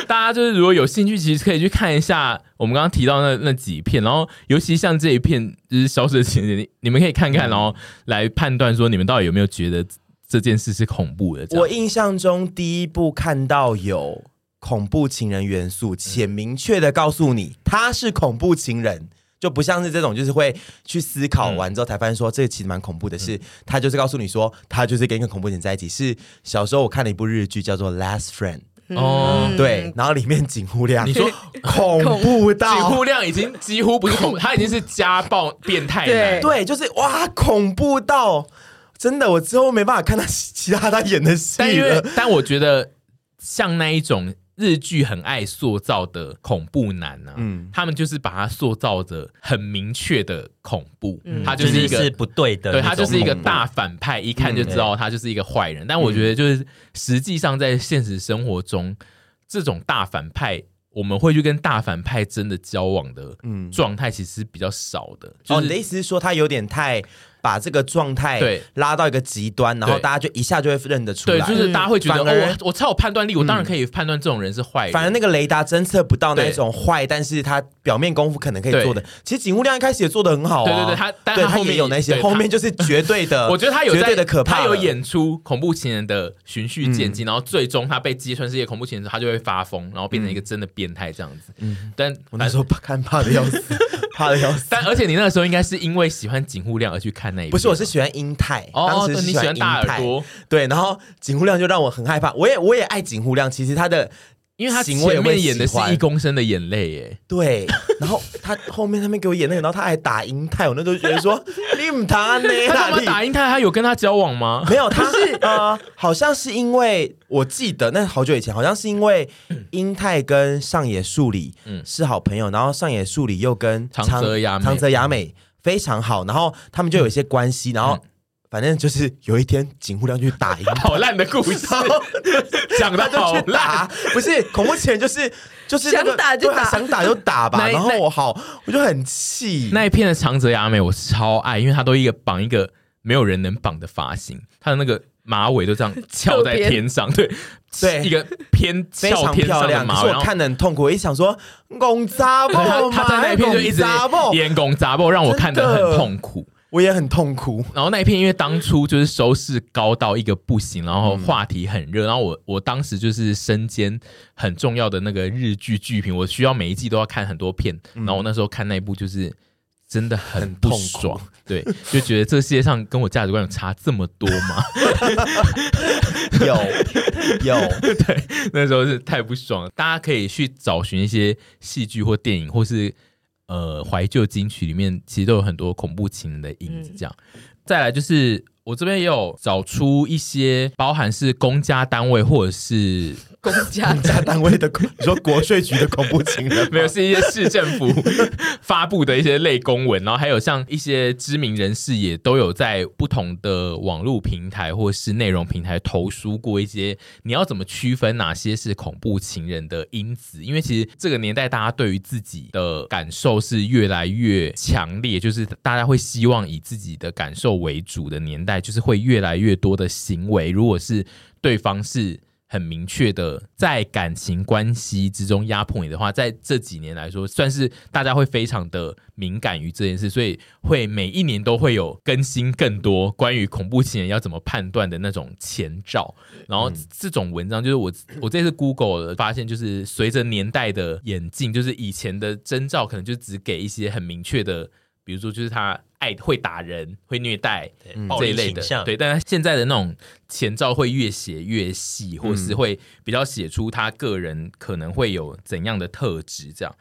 Speaker 1: 大家就是如果有兴趣，其实可以去看一下我们刚刚提到那那几片，然后尤其像这一片就是消失的情人节，你你们可以看看，然后
Speaker 2: 嗯
Speaker 1: 来判断说你们到底有没有觉得这件事是恐怖的。这样
Speaker 2: 我印象中第一部看到有恐怖情人元素，且明确的告诉你他是恐怖情人。就不像是这种，就是会去思考完之后才发现说，这个其实蛮恐怖
Speaker 1: 嗯
Speaker 2: 的是，他就是告诉你说，他就是跟一个恐怖情人在一起。是小时候我看了一部日剧叫做《Last Friend》，
Speaker 1: 哦，
Speaker 2: 对，然后里面警护亮，
Speaker 1: 你说
Speaker 2: 恐怖
Speaker 1: 警
Speaker 2: 到
Speaker 1: 护量已经几乎不是恐怖，他已经是家暴变态男
Speaker 3: 对。
Speaker 2: 对，就是哇，恐怖到真的，我之后没办法看他其其他他演的
Speaker 1: 但
Speaker 2: 戏
Speaker 1: 因为
Speaker 2: 了。
Speaker 1: 但我觉得像那一种日剧很爱塑造的恐怖男啊，
Speaker 2: 嗯
Speaker 1: 他们就是把它塑造的很明确的恐怖，他
Speaker 5: 就
Speaker 1: 就是
Speaker 5: 是
Speaker 1: 一个。
Speaker 5: 是不对的那
Speaker 1: 对
Speaker 5: 种，
Speaker 1: 他就是一个大反派，一看就知
Speaker 2: 嗯
Speaker 1: 道他就是一个坏人。但我觉得，就是实际上在现实生活中，这种大反派，我们会去跟大反派真的交往的
Speaker 2: 嗯
Speaker 1: 状态，其实是比较少的。就
Speaker 2: 哦，你的
Speaker 1: 是
Speaker 2: 意思是说他有点太把这个状态
Speaker 1: 对
Speaker 2: 拉到一个极端，然后
Speaker 1: 对
Speaker 2: 大家就一下就会认得出来。
Speaker 1: 对，就是大家会觉得
Speaker 2: 反而嗯
Speaker 1: 哦，我我超有判断力，我当然可以判断这种人是坏人。
Speaker 2: 反正那个雷达侦测不到那
Speaker 1: 对
Speaker 2: 种坏，但是他表面功夫可能可以做的。其实警务亮一开始也做的很好啊，
Speaker 1: 对对对他但
Speaker 2: 对
Speaker 1: 他后面
Speaker 2: 也有那些，
Speaker 1: 对他
Speaker 2: 后面就是绝对 的，
Speaker 1: 我觉得他有
Speaker 2: 呃绝
Speaker 1: 在
Speaker 2: 对的可怕
Speaker 1: 他
Speaker 2: 了，嗯
Speaker 1: 有演出恐怖情人的循序渐进，然后最终他被揭穿是一个恐怖情人之后，他就会发疯，然后变成一个真的变态这样子。嗯，但
Speaker 2: 我那时候怕看怕的要死，怕的要死。
Speaker 1: 但而且你那个时候应该是因为喜欢井户亮而去看那一部，
Speaker 2: 不是，我是喜欢英泰，
Speaker 1: 哦，
Speaker 2: 当时
Speaker 1: 对
Speaker 2: 是
Speaker 1: 你喜欢
Speaker 2: 欢
Speaker 1: 大耳
Speaker 2: 英泰，
Speaker 1: 朵，
Speaker 2: 对，然后警户亮就让我很害怕，我也我也爱警户亮，其实他的
Speaker 1: 因为他
Speaker 2: 行为
Speaker 1: 前
Speaker 2: 我也
Speaker 1: 面演的是
Speaker 2: 喜欢
Speaker 1: 一公升的眼泪哎耶。
Speaker 2: 对，然后他后面他们给我演那个，然后他还打英泰，我那时候觉 得说你唔打呢，
Speaker 1: 他他
Speaker 2: 哪
Speaker 1: 妈
Speaker 2: 里
Speaker 1: 打赢他，他有跟他交往 吗？
Speaker 2: 没有，他是呃，好像是因为我记得那好久以前，好像是因为英泰跟上野树里
Speaker 1: 嗯
Speaker 2: 是好朋友，然后上野树里又跟
Speaker 1: 长泽雅美
Speaker 2: 长泽雅美非常好，然后他们就有一些关系，然
Speaker 1: 嗯
Speaker 2: 后反正就是有一天井户亮去打英 泰。
Speaker 1: 好烂的故 事，讲的
Speaker 2: 他就
Speaker 1: 好
Speaker 2: 去打
Speaker 1: 烂。，
Speaker 2: 不是恐怖情人，就是就是、那个、
Speaker 3: 想打就
Speaker 2: 对啊
Speaker 3: 打
Speaker 2: 想打就打 吧。
Speaker 1: 那
Speaker 2: 然后
Speaker 1: 那
Speaker 2: 我好，我就很气。
Speaker 1: 那一片的长泽雅美我超爱，因为她都一个绑一个没有人能绑的发型，她的那个马尾都 这样翘在天上，对
Speaker 2: 对
Speaker 1: 一个偏
Speaker 2: 非
Speaker 1: 翘
Speaker 2: 常
Speaker 1: 天
Speaker 2: 漂
Speaker 1: 上的
Speaker 2: 亮，可
Speaker 1: 马
Speaker 2: 是
Speaker 1: 尾。
Speaker 2: 我
Speaker 1: 然后
Speaker 2: 看的很痛苦。我一想说，拱杂
Speaker 1: 她
Speaker 2: 爆，
Speaker 1: 她在那一片就一直
Speaker 2: 杂爆，
Speaker 1: 眼拱杂爆，让我看得
Speaker 2: 真
Speaker 1: 很
Speaker 2: 的
Speaker 1: 痛苦。
Speaker 2: 我也很痛苦。
Speaker 1: 然后那一片因为当初就是收视高到一个不行，然后话题很热，然后我我当时就是身兼很重要的那个日剧剧评，我需要每一季都要看很多片，然后我那时候看那一部就是真的嗯很不
Speaker 2: 痛苦
Speaker 1: 爽，对，就觉得这世界上跟我价值观有差这么多吗？
Speaker 2: 有有，
Speaker 1: 那时候是太不爽了。大家可以去找寻一些戏剧或电影，或是呃怀旧金曲里面，其实都有很多恐怖情人的影子。这样，再来就是我这边也有找出一些包含是公家单位或者是
Speaker 3: 公家
Speaker 2: 公家单位的恐，你说国税局的恐怖情 人
Speaker 1: 没有，是一些市政府 发布的一些类公文，然后还有像一些知名人士也都有在不同的网络平台或是内容平台投书过一些，你要怎么区分哪些是恐怖情人的因子？因为其实这个年代大家对于自己的感受是越来越强烈，就是大家会希望以自己的感受为主的年代，就是会越来越多的行为，如果是对方是很明确的在感情关系之中压迫你的话，在这几年来说，算是大家会非常的敏感于这件事，所以会每一年都会有更新更多关于恐怖情人要怎么判断的那种前兆。然后这种文章就是我我这次 Google 了发现，就是随着年代的演进，就是以前的征兆可能就只给一些很明确的。比如说，就是他爱会打人、会虐待
Speaker 2: 嗯
Speaker 5: 暴
Speaker 1: 这
Speaker 5: 力
Speaker 1: 一类
Speaker 5: 倾
Speaker 1: 的，
Speaker 5: 向
Speaker 1: 对。但是现在的那种前兆会越写越细，或
Speaker 2: 嗯
Speaker 1: 是会比较写出他个人可能会有怎样的特质，这样。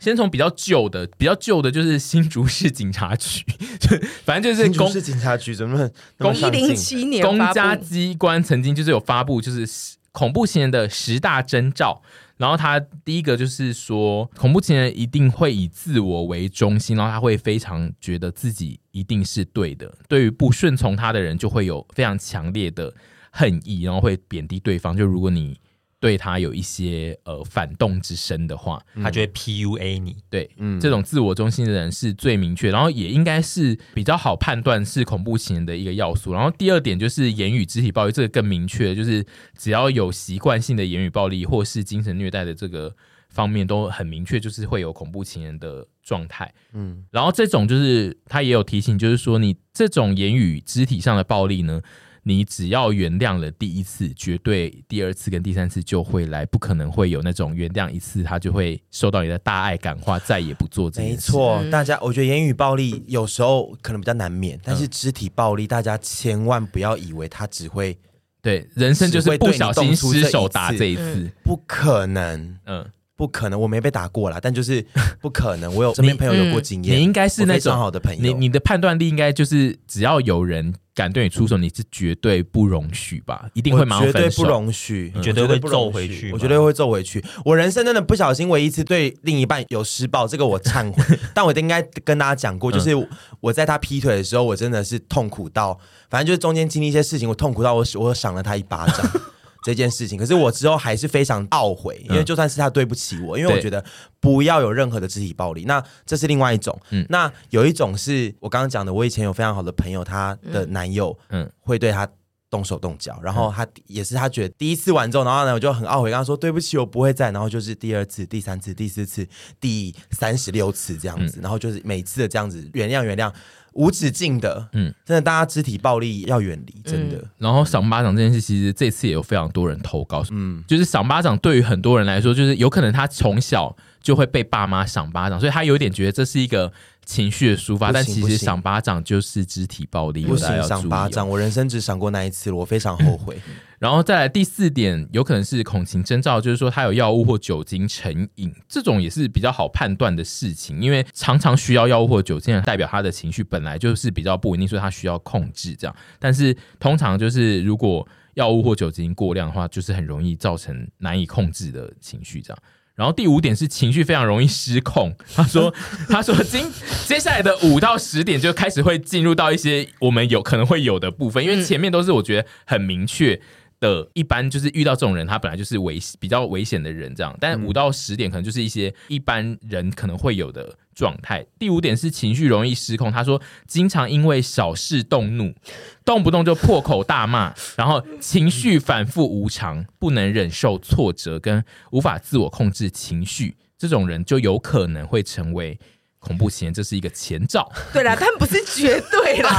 Speaker 1: 先从比较旧的，比较旧的就是新竹市警察局， 就反正就是
Speaker 2: 新竹
Speaker 1: 公
Speaker 2: 市警察局怎么能那么
Speaker 1: 公
Speaker 2: 上
Speaker 3: 一零
Speaker 2: 进？
Speaker 3: 七年
Speaker 1: 公
Speaker 3: 发布
Speaker 1: 家机关曾经就是有发布就是十恐怖情人的十大征兆，然后他第一个就是说，恐怖情人一定会以自我为中心，然后他会非常觉得自己一定是对的，对于不顺从他的人就会有非常强烈的恨意，然后会贬低对方。就如果你对他有一些呃反动之声的话，
Speaker 5: 他就会 PUA 你。
Speaker 1: 对，这种自我中心的人是最明确，然后也应该是比较好判断是恐怖情人的一个要素。然后第二点就是言语肢体暴力，这个更明确，就是只要有习惯性的言语暴力或是精神虐待的这个方面都很明确，就是会有恐怖情人的状态。嗯，然后这种就是他也有提醒，就是说你这种言语肢体上的暴力呢。你只要原谅了第一次，绝对第二次跟第三次就会来，不可能会有那种原谅一次他就会受到你的大爱感化，再也不做这件
Speaker 2: 没
Speaker 1: 事。
Speaker 2: 错，
Speaker 3: 嗯
Speaker 2: 大家，我觉得言语暴力有时候可能比较难免，但是
Speaker 1: 嗯
Speaker 2: 肢体暴力，大家千万不要以为他只会，
Speaker 1: 对，人生就是不小心失手打这一
Speaker 3: 只会对你
Speaker 1: 次。
Speaker 2: 不可能，
Speaker 1: 嗯，
Speaker 2: 不可能，我没被打过啦，但就是不可能，我有身边朋友有过经验，
Speaker 1: 你应该是
Speaker 2: 我
Speaker 1: 那
Speaker 2: 非常
Speaker 1: 种
Speaker 2: 好的朋友，
Speaker 1: 你你的判断力应该就是，只要有人敢对你出手，你是绝对不容许吧？一定会
Speaker 2: 我
Speaker 1: 马
Speaker 2: 绝
Speaker 1: 上
Speaker 2: 对
Speaker 1: 分
Speaker 2: 不
Speaker 1: 手。
Speaker 2: 容许，
Speaker 5: 你
Speaker 2: 我
Speaker 5: 绝对
Speaker 2: 对
Speaker 5: 会
Speaker 2: 不容
Speaker 5: 揍回
Speaker 2: 许
Speaker 5: 去
Speaker 2: 我
Speaker 5: 吗
Speaker 2: 绝对会揍回去。我人生真的不小心唯一一次对另一半有施暴，这个我 忏悔。但我应该跟大家讲
Speaker 1: 嗯
Speaker 2: 过，就是我在他劈腿的时 候，我真的是痛苦到，反正就是中间经历一些事情，我痛苦到我我赏了他一巴掌。这件事情。可是我之后还是非常懊悔，因为就算是他对不起我，因为我
Speaker 1: 嗯对
Speaker 2: 觉得不要有任何的肢体暴力。那这是另外一种。
Speaker 1: 嗯
Speaker 2: 那有一种是我刚刚讲的，我以前有非常好的朋友，她的男友
Speaker 1: 嗯
Speaker 2: 会对她。动手动脚，然后她也是她觉得第一次完之后，然后呢我就很懊悔，跟她说对不起，我不会再，然后就是第二次、第三次、第四次、第三十六次这样
Speaker 1: 嗯
Speaker 2: 子，然后就是每次的这样子原谅原谅，无止境的，
Speaker 1: 嗯
Speaker 2: 嗯，真的大家肢体暴力要远离，真的，
Speaker 1: 然后赏巴掌这件事，其实这次也有非常多人投稿，嗯，就是赏巴掌对于很多人来说，就是有可能他从小就会被爸妈赏巴掌，所以他有点觉得这是一个情绪的抒发，
Speaker 2: 不行
Speaker 1: 但其
Speaker 2: 不
Speaker 1: 实
Speaker 2: 行
Speaker 1: 赏巴掌就是肢体暴力，
Speaker 2: 不
Speaker 1: 大家
Speaker 2: 行
Speaker 1: 要注
Speaker 2: 赏
Speaker 1: 意
Speaker 2: 巴
Speaker 1: 哦
Speaker 2: 掌，我人生只赏过那一次了，我非常后悔。
Speaker 1: 然后再来第四点，有可能是恐情征兆，就是说他有药物或酒精成瘾，这种也是比较好判断的事情，因为常常需要药物或酒精，代表他的情绪本来就是比较不稳定，所以他需要控制这样。但是通常就是如果药物或酒精过量的话，就是很容易造成难以控制的情绪这样。然后第五点是情绪非常容易失控。他说：“ 他说今接下来的五到十点就开始会进入到一些我们有可能会有的部分，因为前面都是我觉得很明确的，一般就是遇到这种人，他本来就是危比较危险的人这样。但五到十点可能就是一些一般人可能会有的状态。第五点是情绪容易失控。他说经常因为小事动怒，动不动就破口大骂， 然后情绪反复无常，不能忍受挫折，跟无法自我控制情绪，这种人就有可能会成为恐怖情人，这是一个前兆。
Speaker 6: 对啦，但不是绝对啦，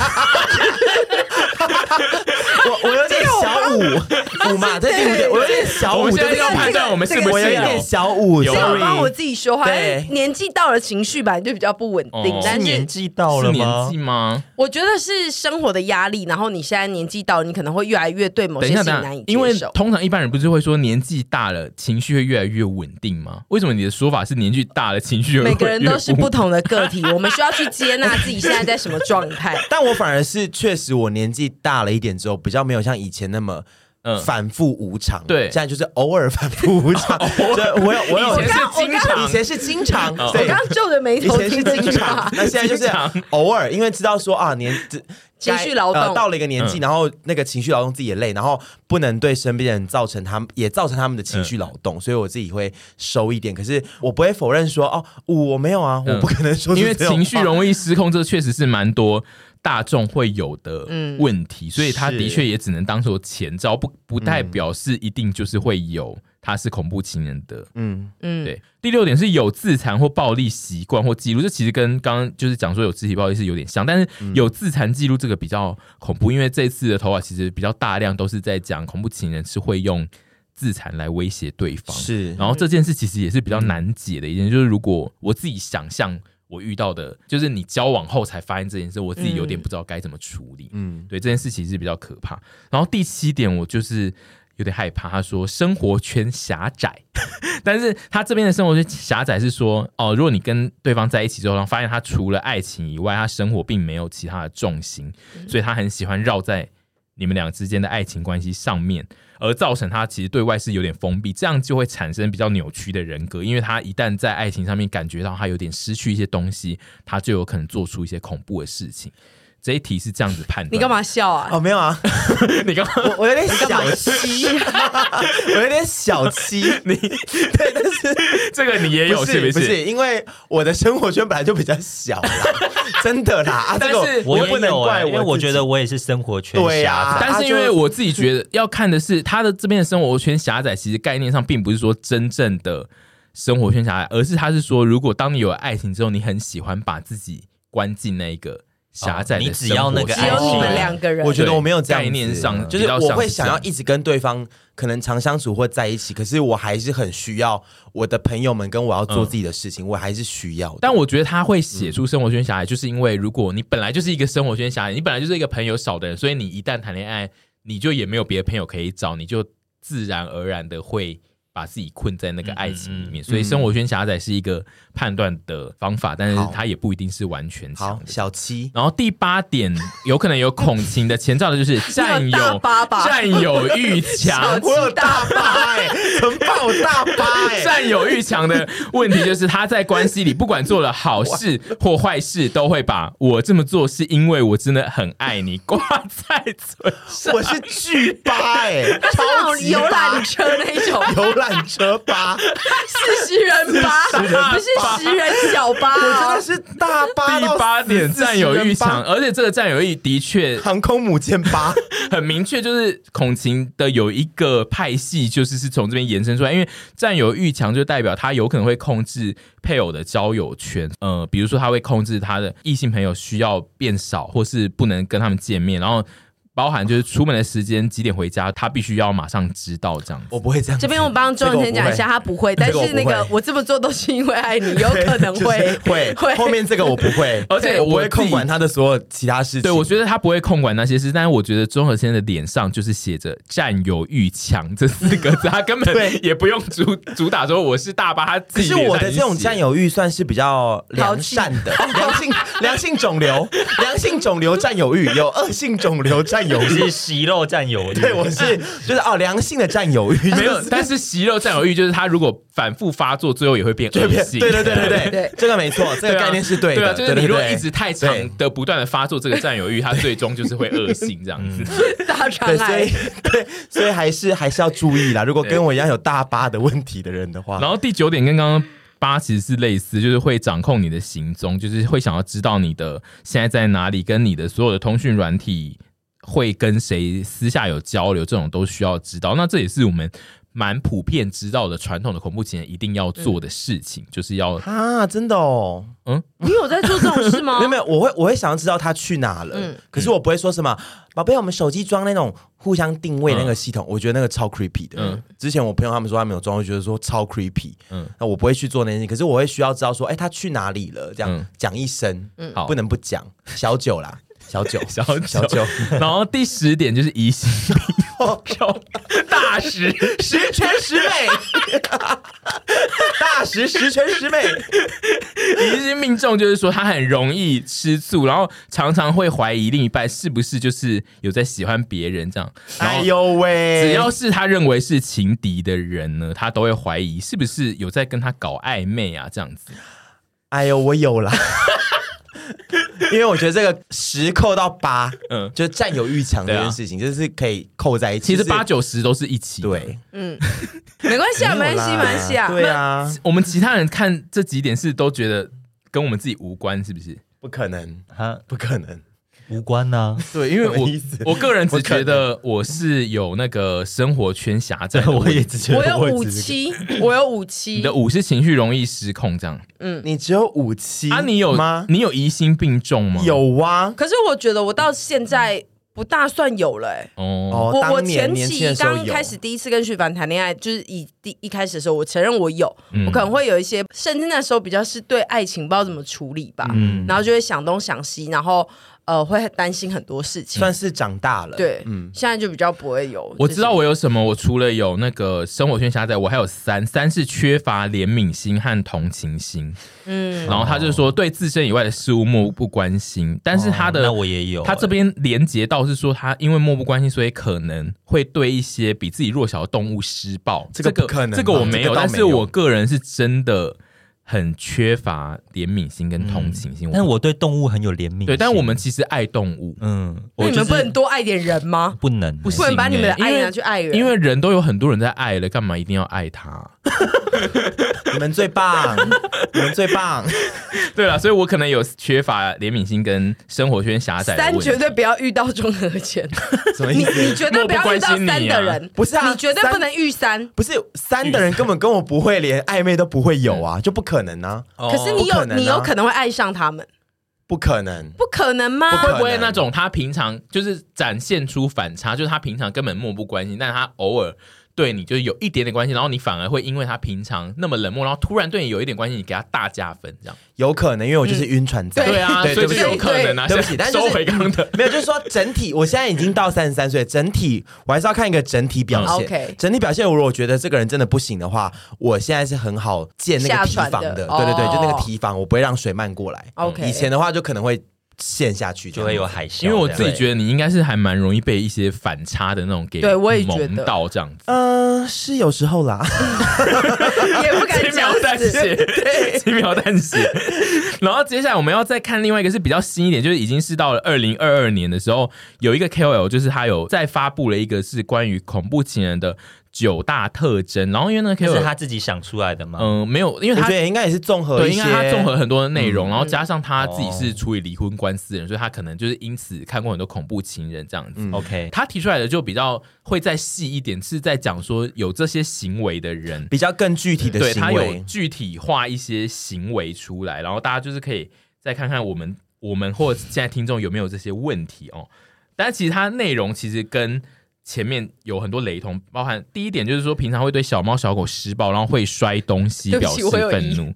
Speaker 2: 我我有点小五五嘛，这第五点，我有点小
Speaker 1: 哦我
Speaker 2: 五，
Speaker 1: 们现
Speaker 2: 这
Speaker 1: 在
Speaker 2: 个
Speaker 1: 要判断我们是不
Speaker 2: 我有
Speaker 1: 是有
Speaker 2: 点小五
Speaker 1: 有
Speaker 6: 所以我
Speaker 2: ，sorry，
Speaker 6: 帮我自己说话，因
Speaker 2: 对
Speaker 6: 为年纪到了，情绪本来就比较不稳定
Speaker 1: 哦。
Speaker 6: 但
Speaker 5: 是
Speaker 6: 是
Speaker 2: 嗯
Speaker 5: 年纪到
Speaker 1: 是
Speaker 5: 了
Speaker 1: 年
Speaker 5: 吗
Speaker 1: 纪？吗？
Speaker 6: 我觉得是生活的压力，然后你现在年纪到了，你可能会越来越对某些
Speaker 1: 等一
Speaker 6: 事
Speaker 1: 下，
Speaker 6: 情
Speaker 1: 等
Speaker 6: 难
Speaker 1: 一
Speaker 6: 以
Speaker 1: 下，因为
Speaker 6: 接受。
Speaker 1: 通常一般人不是会说年纪大了情绪会越来越稳定吗？为什么你的说法是年纪大了情绪会
Speaker 6: 每个人
Speaker 1: 越来
Speaker 6: 都
Speaker 1: 越
Speaker 6: 是不同的个体，我们需要去接纳自己现在在什么状态。
Speaker 2: 但我反而是确实，我年纪大了一点之后，比较没有像以前那么
Speaker 1: 嗯
Speaker 2: 反复无常。
Speaker 1: 对
Speaker 2: 现在就是偶尔反复无 常。对，我有我有，
Speaker 1: 以前是经常
Speaker 2: 以前是经常，
Speaker 1: 哦
Speaker 6: 我
Speaker 2: 对
Speaker 6: 刚，刚皱着眉
Speaker 2: 以
Speaker 6: 头
Speaker 2: 前
Speaker 6: 听
Speaker 2: 是
Speaker 6: 这啊
Speaker 2: 经
Speaker 6: 句
Speaker 2: 常
Speaker 6: 话，，
Speaker 2: 那现在就是
Speaker 1: 经常
Speaker 2: 偶尔，因为知道说啊年这
Speaker 6: 情
Speaker 2: 该
Speaker 6: 绪劳动
Speaker 2: 呃到了一个年纪，
Speaker 1: 嗯
Speaker 2: 然后那个情绪劳动自己也累，然后不能对身边人造成他们也造成他们的情绪劳
Speaker 1: 嗯
Speaker 2: 动，所以我自己会收一点。可是我不会否认说哦，我没有啊，
Speaker 1: 嗯
Speaker 2: 我不可能说
Speaker 1: 因为
Speaker 2: 出这种
Speaker 1: 情绪
Speaker 2: 话
Speaker 1: 容易失控，这确实是蛮多大众会有的
Speaker 6: 嗯
Speaker 1: 问题，所以他的确也只能当做前兆，不不代表是一定就是会有他是恐怖情人的。
Speaker 2: 嗯。
Speaker 6: 嗯，
Speaker 1: 对，第六点是有自残或暴力习惯或记录，这其实跟刚刚就是讲说有肢体暴力是有点像，但是有自残记录这个比较恐怖，因为这次的头发其实比较大量都是在讲恐怖情人是会用自残来威胁对方，
Speaker 2: 是
Speaker 1: 然后这件事其实也是比较难解的一件事，就是如果我自己想象我遇到的，就是你交往后才发现这件事，我自己有点不知道该怎么处理。嗯，对，这件事情是比较可怕。然后第七点，我就是有点害怕，他说生活圈狭窄， 但是他这边的生活圈狭窄是说，哦，如果你跟对方在一起之后，然后发现他除了爱情以外，他生活并没有其他的重心，所以他很喜欢绕在你们俩之间的爱情关系上面，而造成他其实对外是有点封闭，这样就会产生比较扭曲的人格，因为他一旦在爱情上面感觉到他有点失去一些东西，他就有可能做出一些恐怖的事情。这一题是这样子判断，
Speaker 6: 你干？嘛笑啊？
Speaker 2: 哦，没有啊，
Speaker 1: 你干嘛？
Speaker 2: 我我有点小七， 我有点小 七，你对，但是
Speaker 1: 这个你也有
Speaker 2: 不
Speaker 1: 是
Speaker 2: 是
Speaker 1: 不是？
Speaker 2: 是因为我的生活圈本来就比较小啦， 真的啦，啊，
Speaker 1: 但
Speaker 2: 这个
Speaker 1: 是
Speaker 2: 我
Speaker 5: 我
Speaker 2: 又
Speaker 5: 也
Speaker 2: 不能
Speaker 5: 有
Speaker 2: 怪
Speaker 5: 哎，因为我
Speaker 2: 自己
Speaker 5: 觉得我也是生活圈
Speaker 2: 对呀
Speaker 5: 狭
Speaker 6: 啊
Speaker 5: 窄。
Speaker 1: 但是因为我自己觉得要看的是他的这边的生活圈狭窄，其实概念上并不是说真正的生活圈狭窄，而是他是说，如果当你有了爱情之后，你很喜欢把自己关进那一个狭窄的、
Speaker 5: 哦你只要那个
Speaker 6: 只
Speaker 1: 哎
Speaker 6: 有你们两个人
Speaker 2: 我，觉得我没有这样子
Speaker 1: 概念上
Speaker 2: 就是
Speaker 1: 比较像是
Speaker 2: 我会想
Speaker 1: 这
Speaker 2: 要
Speaker 1: 样
Speaker 2: 一直跟对方可能常相处或在一起，可是我还是很需要我的朋友们跟我要做自己的事情，我还是需要的。
Speaker 1: 但我觉得他会
Speaker 6: 嗯
Speaker 1: 写出生活圈狭隘，就是因为如果你本来就是一个生活圈狭隘，你本来就是一个朋友少的人，所以你一旦谈恋爱，你就也没有别的朋友可以找，你就自然而然的会。把自己困在那个爱
Speaker 6: 嗯
Speaker 1: 情里面。所以生活圈狭窄是一个判断的方法，但是
Speaker 2: 好
Speaker 1: 它也不一定是完全强
Speaker 2: 好
Speaker 1: 的。
Speaker 2: 小七，
Speaker 1: 然后第八点，有可能有恐情的前兆的就是 占
Speaker 6: 你有大
Speaker 1: 有
Speaker 6: 巴吧
Speaker 1: 占有 欲强。
Speaker 2: 我有大八哎、很棒，我大 八哎、
Speaker 1: 占有欲强的问题就是他在关系里不管做了好 事或坏事，都会把我这么做是因为我真的很爱你挂在嘴上。
Speaker 2: 我是巨八哎、超级
Speaker 6: 游
Speaker 2: 八
Speaker 6: 览车那一种
Speaker 2: 游览车八，
Speaker 6: 四十人八，不是十人小八
Speaker 2: 我真
Speaker 6: 哦、
Speaker 2: 的是大八
Speaker 1: 第
Speaker 2: 到
Speaker 1: 八点，
Speaker 2: 14
Speaker 1: 占有欲强，
Speaker 2: 人
Speaker 1: 而且这个占有欲的确
Speaker 2: 八，航空母舰 八，
Speaker 1: 很明确，就是孔晴的有一个派系，就是是从这边延伸出来，因为占有欲强就代表他有可能会控制配偶的交友圈，呃，比如说他会控制他的异性朋友需要变少，或是不能跟他们见面，然后包含就是出门的时间几点回家，他必须要马上知道这样子。
Speaker 2: 我不会这样子。
Speaker 6: 这边我帮钟永天讲一下，他不会，但
Speaker 2: 这个我
Speaker 6: 是
Speaker 2: 不
Speaker 6: 那个
Speaker 2: 会
Speaker 6: 我这么做都是因为爱你，有可能
Speaker 2: 对
Speaker 6: 会
Speaker 2: 就是会
Speaker 6: 会
Speaker 2: 后面这个我不会，
Speaker 1: 而且
Speaker 2: 我不
Speaker 1: 我自
Speaker 2: 会
Speaker 1: 己
Speaker 2: 控管他的所有其他事情。
Speaker 1: 对，我觉得他不会控管那些事，但是我觉得钟和先生的脸上就是写着“占有欲强”这四个字，他根
Speaker 2: 对
Speaker 1: 本也不用主主打说我是大巴，他自
Speaker 2: 可
Speaker 1: 己
Speaker 2: 是我
Speaker 1: 脸上
Speaker 2: 的
Speaker 1: 已
Speaker 2: 这
Speaker 1: 经
Speaker 2: 种
Speaker 1: 写
Speaker 2: 占有欲算是比较良善的，哦良 性良性肿瘤，良性肿瘤占有欲有恶性肿瘤占有
Speaker 5: 我
Speaker 2: 欲，
Speaker 5: 是息肉占 有欲，
Speaker 2: 对我是就是哦良性的占有欲
Speaker 1: 没有
Speaker 2: 啊就，是
Speaker 1: 但是息肉占有欲就是他如果反复发作，最后也会变
Speaker 2: 就
Speaker 1: 恶
Speaker 2: 变
Speaker 1: 性。
Speaker 2: 对对对对对
Speaker 6: 对，
Speaker 2: 这个没错，
Speaker 1: 对
Speaker 2: 这
Speaker 1: 啊。
Speaker 2: 个概念是对
Speaker 1: 啊
Speaker 2: 的。
Speaker 1: 就是你
Speaker 2: 对
Speaker 1: 如果
Speaker 2: 对
Speaker 1: 一直太长的不断的发作这个占有欲，它最终就是会恶性这样子。
Speaker 6: 大肠
Speaker 2: 对，所
Speaker 6: 癌
Speaker 2: 以。 对，所以还是还是要注意啦。如果
Speaker 1: 对
Speaker 2: 跟我一样有大八的问题的人的话，
Speaker 1: 然后第九点跟刚刚八其实是类似，就是会掌控你的行踪，就是会想要知道你的现在在哪里，跟你的所有的通讯软体会跟谁私下有交流，这种都需要知道。那这也是我们蛮普遍知道的传统的恐怖情人一定要做的事情，就是要
Speaker 2: 啊，真的哦，
Speaker 6: 你有在做这种
Speaker 3: 哦
Speaker 6: 事吗
Speaker 2: 没有？没有，我会我会想要知道他去哪了，
Speaker 6: 嗯
Speaker 2: 可是我不会说什么，宝贝，我们手机装那种互相定位那个系统，我觉得那个超 creepy 的。
Speaker 1: 嗯
Speaker 2: 之前我朋友他们说他们有装，我觉得说超 creepy，
Speaker 1: 嗯
Speaker 2: 嗯，那我不会去做那件事，可是我会需要知道说，哎，他去哪里了，这
Speaker 1: 嗯
Speaker 2: 样讲一声，
Speaker 1: 好
Speaker 2: 不能不讲，小九啦，小九，
Speaker 1: 小九
Speaker 2: 小 九，
Speaker 1: 然后第十点就是疑心 病大师
Speaker 2: 十全十美，大十十全十美，
Speaker 1: 疑心命中就是说他很容易吃醋，然后常常会怀疑另一半是不是就是有在喜欢别人这样。然
Speaker 2: 哎
Speaker 1: 后
Speaker 2: 呦喂，
Speaker 1: 只要是他认为是情敌的人呢，他都会怀疑是不是有在跟他搞暧昧啊这样子。
Speaker 2: 哎呦，我有啦。因为我觉得这个十扣到八，
Speaker 1: 嗯
Speaker 2: 嗯，就是占有欲强这件事情，就是可以扣在一起。
Speaker 1: 其实
Speaker 2: 就是
Speaker 1: 八九十都是一起。，
Speaker 2: 对，
Speaker 6: 没关系啊，没
Speaker 2: 没
Speaker 6: 关
Speaker 2: 有啦
Speaker 6: 系，没关系啊。
Speaker 2: 对啊，
Speaker 1: 我们其他人看这几点是都觉得跟我们自己无关，是不是？
Speaker 2: 不可能，
Speaker 5: 他
Speaker 2: 不可能。
Speaker 5: 无关啊呐、，
Speaker 1: 对，因为
Speaker 2: 什
Speaker 1: 我
Speaker 2: 么意思
Speaker 1: 我个人只觉
Speaker 2: 不可
Speaker 1: 得我是有那个生活圈狭窄
Speaker 5: 我也只觉得
Speaker 6: 我有
Speaker 5: 会
Speaker 6: 五
Speaker 5: 只是
Speaker 6: 七，我有五
Speaker 1: 你
Speaker 6: 七
Speaker 1: 的，五是情绪容易失控这样。
Speaker 2: 你只有五七
Speaker 1: 啊，你有
Speaker 2: 吗？
Speaker 1: 你有疑心病重吗？
Speaker 2: 有啊。
Speaker 6: 可是我觉得我到现在不大算有了、欸。
Speaker 1: 哦，
Speaker 2: 哦，
Speaker 6: 我我
Speaker 2: 当年
Speaker 6: 前
Speaker 2: 年轻
Speaker 6: 期
Speaker 2: 的时候
Speaker 6: 刚
Speaker 2: 有，
Speaker 6: 开始第一次跟徐凡谈恋爱，就是以第一开始的时候，我承认我有，
Speaker 1: 嗯
Speaker 6: 我可能会有一些，甚至那时候比较是对爱情不知道怎么处理吧，
Speaker 1: 嗯
Speaker 6: 然后就会想东想西，然后呃会很担心很多事情。
Speaker 2: 算是长大了。
Speaker 6: 对，
Speaker 2: 嗯，
Speaker 6: 现在就比较不会有。
Speaker 1: 我知道我有什么，我除了有那个生活圈狭窄，我还有三，三是缺乏怜悯心和同情心。嗯，然后他就说对自身以外的事物漠不关心，但是他
Speaker 5: 哦
Speaker 1: 的、
Speaker 5: 那我也有、
Speaker 1: 他这边连接到是说他因为漠不关心，所以可能会对一些比自己弱小的动物施暴。
Speaker 2: 这个
Speaker 1: 这
Speaker 2: 不可能吧啊
Speaker 1: 这个我没
Speaker 2: 这
Speaker 1: 有，
Speaker 2: 个倒
Speaker 1: 但
Speaker 2: 没
Speaker 1: 是
Speaker 2: 有
Speaker 1: 我个人是真的很缺乏怜悯心跟同情
Speaker 2: 嗯
Speaker 1: 心。
Speaker 5: 但我对动物很有怜悯心。
Speaker 1: 对，但我们其实爱动物。
Speaker 5: 嗯，
Speaker 6: 那
Speaker 5: 我
Speaker 6: 你
Speaker 5: 就
Speaker 6: 们不能
Speaker 5: 是
Speaker 6: 多爱点人吗？
Speaker 5: 不能不
Speaker 6: 不能把你们的
Speaker 1: 欸因
Speaker 6: 爱
Speaker 1: 为
Speaker 6: 拿去爱人，
Speaker 1: 因为人都有很多人在爱了，干嘛一定要爱他？
Speaker 2: 你们最棒，你们最棒。
Speaker 1: 对了，所以我可能有缺乏怜悯心跟生活圈狭窄的
Speaker 6: 三
Speaker 1: 问题
Speaker 6: 绝对不要遇到中和 前，
Speaker 2: 什么意
Speaker 6: 你
Speaker 2: 思？
Speaker 6: 你绝对不要遇到三的人，
Speaker 2: 不是啊
Speaker 6: 你绝对不能遇三。
Speaker 2: 不是三的人根本跟我不会，连暧昧都不会有啊，就不可能啊，
Speaker 1: 哦
Speaker 6: 可是你有、
Speaker 2: 不可能啊
Speaker 6: 你有可能会爱上他们，
Speaker 2: 不可能。
Speaker 6: 不可能吗？
Speaker 2: 不
Speaker 1: 会不
Speaker 2: 可
Speaker 1: 会
Speaker 2: 能
Speaker 1: 那种他平常就是展现出反差，就是他平常根本漠不关心，但他偶尔对你就是有一点点关系，然后你反而会因为他平常那么冷漠，然后突然对你有一点关系，你给他大加分，这样
Speaker 2: 有可能，因为我就是晕船仔。
Speaker 1: 对啊，
Speaker 2: 对
Speaker 1: 所以
Speaker 2: 对
Speaker 1: 就
Speaker 2: 不
Speaker 1: 有
Speaker 2: 起，
Speaker 1: 可能啊，
Speaker 2: 对不起
Speaker 1: 现在
Speaker 2: 但是就
Speaker 1: 收
Speaker 2: 是
Speaker 1: 回刚刚的。
Speaker 2: 没有，就是说整体，我现在已经到三十三岁，整体我还是要看一个整体表
Speaker 6: 嗯
Speaker 2: 现。
Speaker 6: ，OK
Speaker 2: 整体表现，如果我觉得这个人真的不行的话，我现在是很好建那个提防
Speaker 6: 下船的
Speaker 2: 对对对，
Speaker 6: 哦
Speaker 2: 就那个提防，我不会让水漫过来。
Speaker 6: OK
Speaker 2: 以前的话就可能会陷下去，
Speaker 5: 就会有。海啸这
Speaker 1: 因
Speaker 5: 样，
Speaker 1: 为我自己觉得你应该是还蛮容易被一些反差的那种给
Speaker 6: 对我也觉得
Speaker 1: 蒙到这样子。
Speaker 2: 嗯、是有时候 啦。
Speaker 6: 也不敢
Speaker 1: 轻描
Speaker 6: 讲
Speaker 1: 淡写，轻描淡写。然后接下来我们要再看另外一个是比较新一点，就是已经是到了二零二二年的时候，有一个 KOL 就是他有再发布了一个是关于恐怖情人的九大特征，然后因为那个
Speaker 5: 这是
Speaker 1: KOL
Speaker 5: 他自己想出来的吗？
Speaker 1: 嗯、没有，因为
Speaker 2: 嗯我
Speaker 1: 他
Speaker 2: 觉。得应该也是综合
Speaker 1: 对，
Speaker 2: 一
Speaker 1: 因
Speaker 2: 些，嗯哦
Speaker 1: 为他综合很多的内容，然后加上他自己是处理离婚官司的人，所以他可能就是因此看过很多恐怖情人这样子。
Speaker 6: 嗯
Speaker 2: 嗯
Speaker 5: ，OK，
Speaker 1: 他提出来的就比较会再细一点，是在讲说有这些行为的人，
Speaker 2: 比较更具体的
Speaker 1: 对
Speaker 2: 行
Speaker 1: 他有
Speaker 2: 为。
Speaker 1: 具体化一些行为出来，然后大家就是可以再看看我们我们或现在听众有没有这些问题哦。但其实它内容其实跟前面有很多雷同，包含第一点就是说，平常会对小猫小狗施暴，然后会摔东西，
Speaker 6: 对不
Speaker 1: 表
Speaker 6: 起
Speaker 1: 示
Speaker 6: 我有疑
Speaker 1: 愤怒。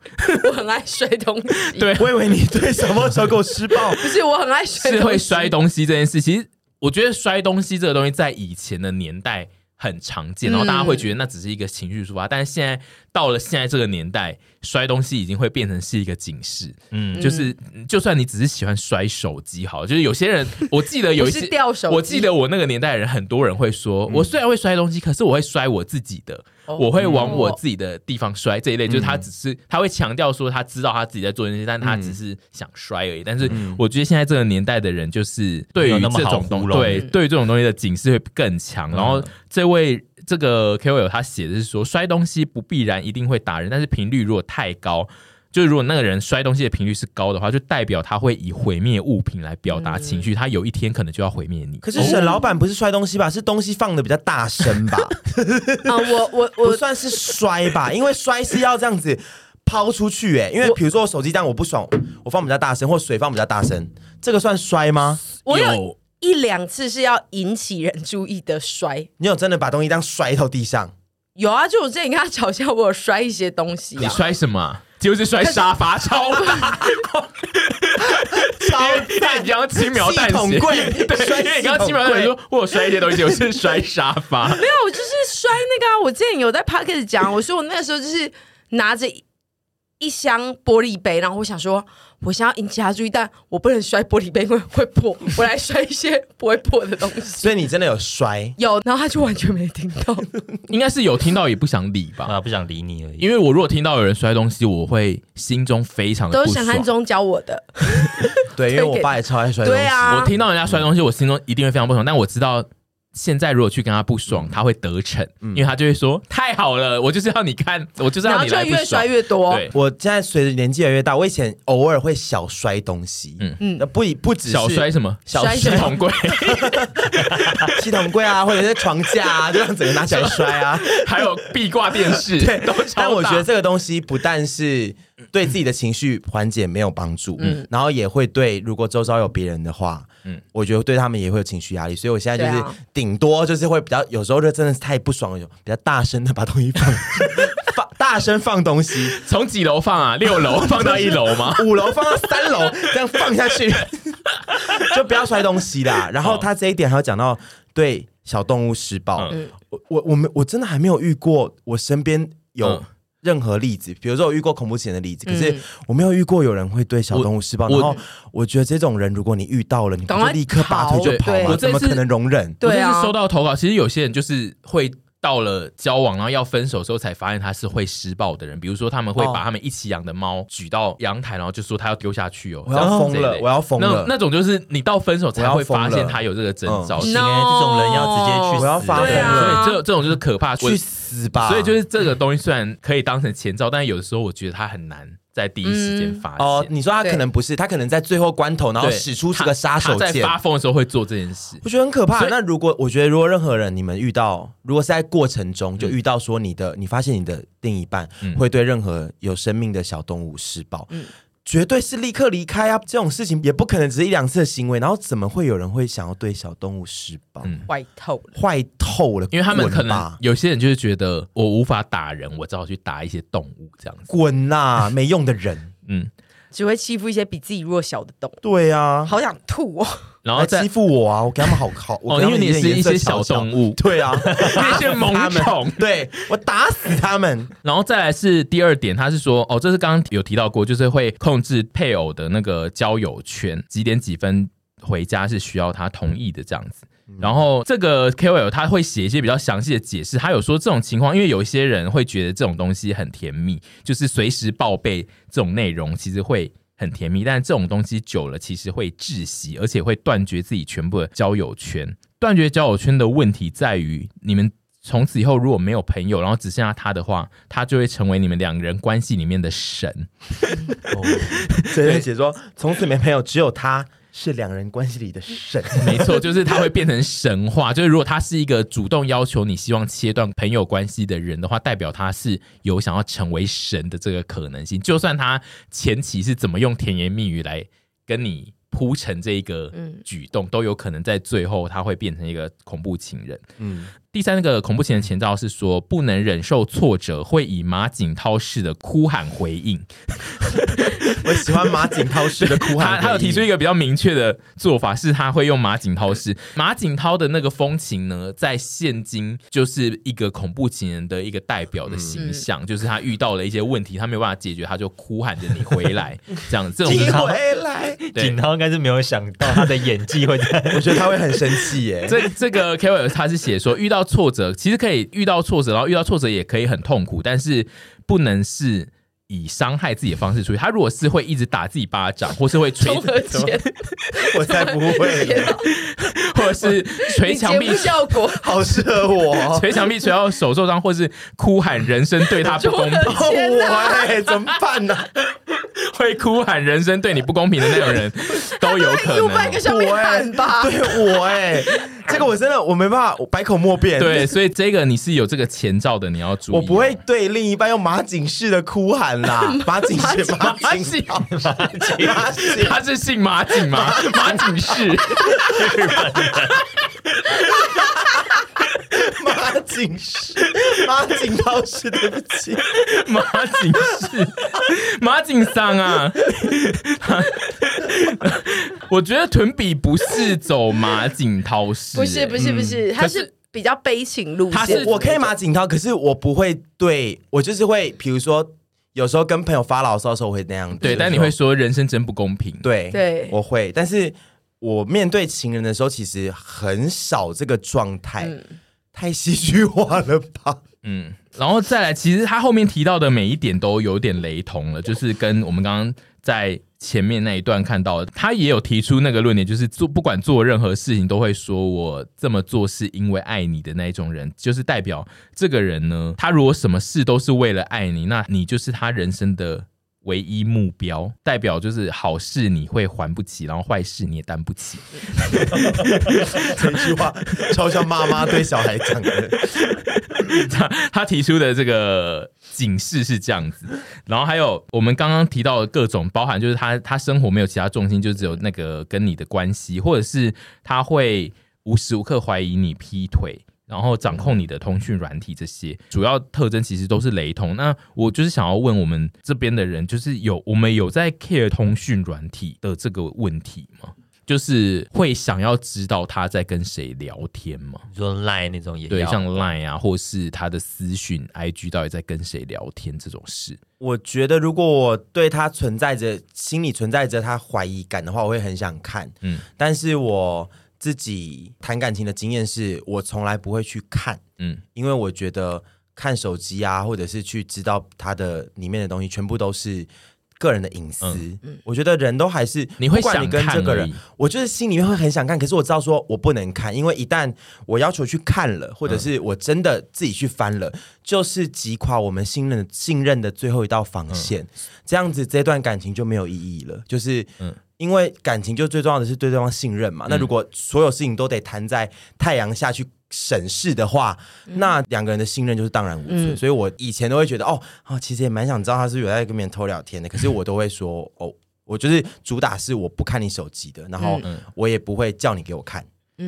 Speaker 6: 我很爱摔东西。
Speaker 1: 对
Speaker 2: 我以为你对小猫小狗施暴，
Speaker 6: 不是我很爱摔东
Speaker 1: 是
Speaker 6: 西，
Speaker 1: 会摔东西这件事，其实我觉得摔东西这个东西在以前的年代很常见，然后大家会觉得那只是一个情绪抒发，但是现在到了现在这个年代，摔东西已经会变成是一个警示。嗯，就是就算你只是喜欢摔手机，好了，就是有些人，我记得有一
Speaker 6: 不
Speaker 1: 些
Speaker 6: 是掉手机
Speaker 1: 我记得我那个年代的人，很多人会说，我虽然会摔东西，可是我会摔我自己的。
Speaker 6: 哦
Speaker 1: 我会往我自己的地方摔这一类，就是他只是他会强调说他知道他自己在做这些，但他只是想摔而已。但是
Speaker 2: 嗯
Speaker 1: 我觉得现在这个年代的人，就是对
Speaker 5: 没有
Speaker 1: 于
Speaker 5: 那么
Speaker 1: 这
Speaker 5: 好
Speaker 1: 种
Speaker 5: 糊
Speaker 1: 东
Speaker 5: 弄
Speaker 2: 嗯
Speaker 1: 对对于这种东西的警示会更强。然后这位这个 KOL 他写的是说，摔东西不必然一定会打人，但是频率如果太高。就是如果那个人摔东西的频率是高的话，就代表他会以毁灭物品来表达情绪，他有一天可能就要毁灭你。
Speaker 2: 嗯可是沈老板不是摔东西吧？是东西放的比较大声 吧？
Speaker 6: 啊！我我
Speaker 2: 不
Speaker 6: 我
Speaker 2: 算是摔吧，因为摔是要这样子抛出去、欸，因为比如说我手机这样我不爽，我放比较大声，或水放比较大声，这个算摔吗？
Speaker 6: 我有一两次是要引起人注意的摔。
Speaker 2: 你有真的把东西这样摔到地上？
Speaker 6: 有啊，就我之前跟他吵架，我有摔一些东西
Speaker 1: 你
Speaker 6: 啊。
Speaker 1: 摔什么啊？就是摔沙发超 大，
Speaker 2: 超
Speaker 1: 因为你刚刚轻描淡
Speaker 2: 系统
Speaker 1: 写，
Speaker 2: 柜
Speaker 1: 对，
Speaker 2: 摔
Speaker 1: 因为你刚刚
Speaker 2: 系
Speaker 1: 轻
Speaker 2: 统
Speaker 1: 描淡写
Speaker 2: 柜
Speaker 1: 说，我有摔一些东西，我是摔沙发，
Speaker 6: 没啊有，我就是摔那个啊。我之前有在 p o c k e t 讲，我说我那个时候就是拿着一一箱玻璃杯，然后我想说，我想要引起他注意，但我不能摔玻璃杯，因为会破。我来摔一些不会破的东西。
Speaker 2: 所以你真的有摔？
Speaker 6: 有，然后他就完全没听到。
Speaker 1: 应该是有听到也不想理吧。
Speaker 5: 啊，不想理你而已。
Speaker 1: 因为我如果听到有人摔东西，我会心中非常的
Speaker 6: 都
Speaker 1: 不
Speaker 6: 是
Speaker 1: 爽
Speaker 6: 沈。汉中教我的。
Speaker 2: 对，因为我爸也超爱摔东西。
Speaker 6: 对啊，
Speaker 1: 我听到人家摔东西，我心中一定会非常不爽。但我知道，现在如果去跟他不爽，他会得逞，因为他就会说：“太好了，我就是要你看，我就是
Speaker 6: 然
Speaker 1: 要
Speaker 6: 后
Speaker 1: 你
Speaker 6: 就
Speaker 1: 来不
Speaker 6: 越
Speaker 1: 爽
Speaker 6: 摔。越”多。
Speaker 1: 对，
Speaker 2: 我现在随着年纪越来越大，我以前偶尔会小摔东西，嗯嗯，不以不只是
Speaker 1: 小摔什么？
Speaker 2: 小
Speaker 6: 摔什
Speaker 2: 摔
Speaker 6: 么
Speaker 1: 同柜
Speaker 2: 系统柜啊，或者是床架啊，就让整个拿起来摔啊。
Speaker 1: 还有壁挂电视，
Speaker 2: 对
Speaker 1: 都超大。
Speaker 2: 但我觉得这个东西不但是对自己的情绪缓解没有帮助，嗯，然后也会对如果周遭有别人的话，嗯，我觉得对他们也会有情绪压力。所以我现在就
Speaker 6: 对
Speaker 2: 是
Speaker 6: 啊
Speaker 2: 顶多就是会比较，有时候就真的是太不爽了，有比较大声的把东西放放大声放东西，
Speaker 1: 从几楼放啊？六楼放到一楼吗？
Speaker 2: 五楼放到三楼，这样放下 去，就不要摔东西啦。然后他这一点还有讲到对小动物施暴，
Speaker 1: 嗯
Speaker 2: 我我我们我真的还没有遇过，我身边有
Speaker 1: 嗯
Speaker 2: 任何例子，比如说我遇过恐怖情人的例子，可是我没有遇过有人会对小动物施暴。
Speaker 1: 我
Speaker 2: 然后我觉得这种人，如果你遇到了，你不
Speaker 6: 赶
Speaker 2: 就
Speaker 6: 快
Speaker 2: 立刻拔腿就跑
Speaker 6: 跑对
Speaker 2: 吗？
Speaker 1: 我这
Speaker 2: 怎
Speaker 1: 次
Speaker 2: 么可能容忍？
Speaker 6: 对
Speaker 1: 我这
Speaker 6: 啊
Speaker 1: 次收到投稿，其实有些人就是会到了交往，然后要分手之后才发现他是会施暴的人。比如说，他们会
Speaker 2: 哦
Speaker 1: 把他们一起养的猫举到阳台，然后就说他要丢下去哦，
Speaker 2: 我要疯了
Speaker 1: 这一类
Speaker 2: 我要疯了
Speaker 1: 那那种就是你到分手才会发
Speaker 2: 我要
Speaker 1: 现
Speaker 2: 疯了
Speaker 1: 他有这个征兆。
Speaker 5: 不
Speaker 1: 所以
Speaker 5: 行哎，这种人要直接去死，
Speaker 2: 我要发疯
Speaker 6: 对啊
Speaker 2: 了，
Speaker 1: 这这种就是可怕。我
Speaker 2: 去死啊吧！
Speaker 1: 所以就是这个东西虽然可以当成前兆，但有的时候我觉得它很难在第一时间发现。
Speaker 2: 哦，你说他
Speaker 6: 对
Speaker 2: 可能不是，他可能在最后关头，然后
Speaker 1: 对
Speaker 2: 使出这个杀手
Speaker 1: 他在
Speaker 2: 锏。
Speaker 1: 发疯的时候会做这件事。
Speaker 2: 我觉得很可怕
Speaker 1: 所。以
Speaker 2: 那如果我觉得，如果任何人你们遇到，如果是在过程中
Speaker 1: 嗯
Speaker 2: 就遇到
Speaker 1: 嗯
Speaker 2: 说你的，你发现你的另一半会对任何有生命的小动物施暴，绝对是立刻离开啊！这种事情也不可能只是一两次的行为，然后怎么会有人会想要对小动物施暴？
Speaker 6: 坏透了。
Speaker 2: 坏透了，
Speaker 1: 嗯因为他们可
Speaker 2: 滚啊
Speaker 1: 能
Speaker 2: 吧
Speaker 1: 有些人就是觉得我无法打人，我只好去打一些动物这样子。
Speaker 2: 滚啦，没用的 人。
Speaker 1: 嗯，
Speaker 6: 只会欺负一些比自己弱小的动物，
Speaker 2: 对啊，
Speaker 6: 好想吐 哦！
Speaker 1: 然后
Speaker 2: 来
Speaker 1: 再
Speaker 2: 欺负我啊！我给他们好好，我
Speaker 1: 哦，
Speaker 2: 给
Speaker 1: 因
Speaker 2: 他
Speaker 1: 为
Speaker 2: 们
Speaker 1: 你是
Speaker 2: 颜
Speaker 1: 一
Speaker 2: 色
Speaker 1: 些
Speaker 2: 瞧
Speaker 1: 小
Speaker 2: 瞧
Speaker 1: 动物，
Speaker 2: 对啊，
Speaker 1: 那些
Speaker 2: 他
Speaker 1: 萌
Speaker 2: 们
Speaker 1: 宠。
Speaker 2: 对我打死他们。
Speaker 1: 然后再来是第二点，他是说哦，这是刚刚有提到过，就是会控制配偶的那个交友圈，几点几分回家是需要他同意的这样子。然后这个 KOL 他会写一些比较详细的解释，他有说这种情况，因为有一些人会觉得这种东西很甜蜜，就是随时报备这种内容，其实会很甜蜜，但这种东西久了其实会窒息，而且会断绝自己全部的交友圈。断绝交友圈的问题在于，你们从此以后如果没有朋友，然后只剩下他的话，他就会成为你们两个人关系里面的神。
Speaker 2: 哦哲仁姐说，从此没朋友，只有他是两人关系里的神。
Speaker 1: 没错，就是他会变成神话。就是如果他是一个主动要求你希望切断朋友关系的人的话，代表他是有想要成为神的这个可能性。就算他前期是怎么用甜言蜜语来跟你铺陈这个举动，都有可能在最后他会变成一个恐怖情人。
Speaker 2: 嗯，
Speaker 1: 第三个恐怖情人前兆是说，不能忍受挫折，会以马景涛式的哭喊回应。
Speaker 2: 我喜欢马景涛式的哭
Speaker 1: 他
Speaker 2: 喊。
Speaker 1: 他有提出一个比较明确的做法，是他会用马景涛式。马景涛的那个风情呢，在现今就是一个恐怖情人的一个代表的形
Speaker 6: 嗯
Speaker 1: 象，就是他遇到了一些问题，他没有办法解决，他就哭喊着你回 来，这样这种就是
Speaker 2: 你
Speaker 1: 他
Speaker 2: 回来，
Speaker 1: 对
Speaker 5: 锦。涛应该是没有想到他的演技会在
Speaker 2: 我觉得他会很生气 耶。
Speaker 1: 这这个 KOL 他是写说，遇到挫折其实可以遇到挫折，然后遇到挫折也可以很痛苦，但是不能是以伤害自己的方式出去。他如果是会一直打自己巴掌，或是会捶
Speaker 6: 综合前
Speaker 2: 我才不会嘞，
Speaker 1: 或者是捶
Speaker 6: 你
Speaker 1: 墙
Speaker 6: 节
Speaker 1: 壁
Speaker 6: 目效果
Speaker 2: 好适合我 哦。
Speaker 1: 捶墙壁捶到手受伤，或是哭喊人生对他不公平，
Speaker 2: 我哎，怎么办呢？
Speaker 1: 会哭喊人生对你不公平的那种人， 都有可
Speaker 6: U 拜
Speaker 1: 能
Speaker 6: 个。上面
Speaker 2: 我哎
Speaker 6: 喊吧，
Speaker 2: 对我哎，这个我真的我没办法，我百口莫辩。
Speaker 1: 对，，所以这个你是有这个前兆的，你要注意。
Speaker 2: 我不会对另一半用马景式的哭喊啦，马景式，马
Speaker 1: 马
Speaker 2: 景式，
Speaker 1: 景，
Speaker 2: 马景。
Speaker 1: 他是姓马景 吗？马景是。
Speaker 2: 马景式，马景涛式，对不起，
Speaker 1: 马景是马景桑啊， 我觉得屯比不是走马景涛式、
Speaker 6: 不是
Speaker 1: 欸
Speaker 6: 不是不
Speaker 2: 嗯
Speaker 6: 是，他是比较悲情路
Speaker 1: 他
Speaker 6: 线
Speaker 1: 是。
Speaker 2: 我可以马景涛，可是我不会对我就是会，比如说有时候跟朋友发牢骚的时候我会那样子，
Speaker 1: 对，但你会说人生真不公平，
Speaker 2: 对
Speaker 6: 对
Speaker 2: 我会，但是我面对情人的时候，其实很少这个状态，太戏剧化了 吧？
Speaker 1: 嗯，然后再来，其实他后面提到的每一点都有点雷同了，就是跟我们刚刚在前面那一段看到的，他也有提出那个论点，就是做不管做任何事情都会说我这么做是因为爱你的那一种人，就是代表这个人呢，他如果什么事都是为了爱你，那你就是他人生的。唯一目标代表就是好事你会还不起，然后坏事你也担不起。
Speaker 2: 这句话超像妈妈对小孩讲的，
Speaker 1: 他 他提出的这个警示是这样子，然后还有我们刚刚提到的各种，包含就是他他生活没有其他重心，就只有那个跟你的关系，或者是他会无时无刻怀疑你劈腿，然后掌控你的通讯软体，这些主要特征其实都是雷同。那我就是想要问我们这边的人，就是有我们有在 care 通讯软体的这个问题吗？就是会想要知道他在跟谁聊天吗？
Speaker 5: 你说赖那种也
Speaker 1: 对，
Speaker 5: 要
Speaker 1: 像 Line 啊，或是他的私讯、IG 到底在跟谁聊天这种事。
Speaker 2: 我觉得，如果我对他存在着心里存在着他怀疑感的话，我会很想看。
Speaker 1: 嗯
Speaker 2: 嗯，但是我自己谈感情的经验是，我从来不会去看，
Speaker 1: 嗯
Speaker 2: 因为我觉得看手机啊，或者是去知道他的里面的东西，全部都是个人的隐私。我觉得人都还是，
Speaker 1: 嗯你会
Speaker 2: 不管
Speaker 1: 想
Speaker 2: 你跟
Speaker 1: 看
Speaker 2: 这个
Speaker 1: 而
Speaker 2: 人
Speaker 1: 已，
Speaker 2: 我就是心里面会很想看，可是我知道说我不能看，因为一旦我要求去看了，或者是我真的自己去翻
Speaker 1: 嗯
Speaker 2: 了，就是击垮我们信任信任的最后一道防
Speaker 1: 嗯
Speaker 2: 线。这样子，这段感情就没有意义了。就是，因为感情就最重要的是对对方信任嘛。那如果所有事情都得摊在太阳下去审视的话，那两个人的信任就是荡然无存。所以我以前都会觉得，哦，哦，其实也蛮想知道他是不是有在跟别人偷聊天的，可是我都会说，哦。我就是主打是我不看你手机的，然后我也不会叫你给我看，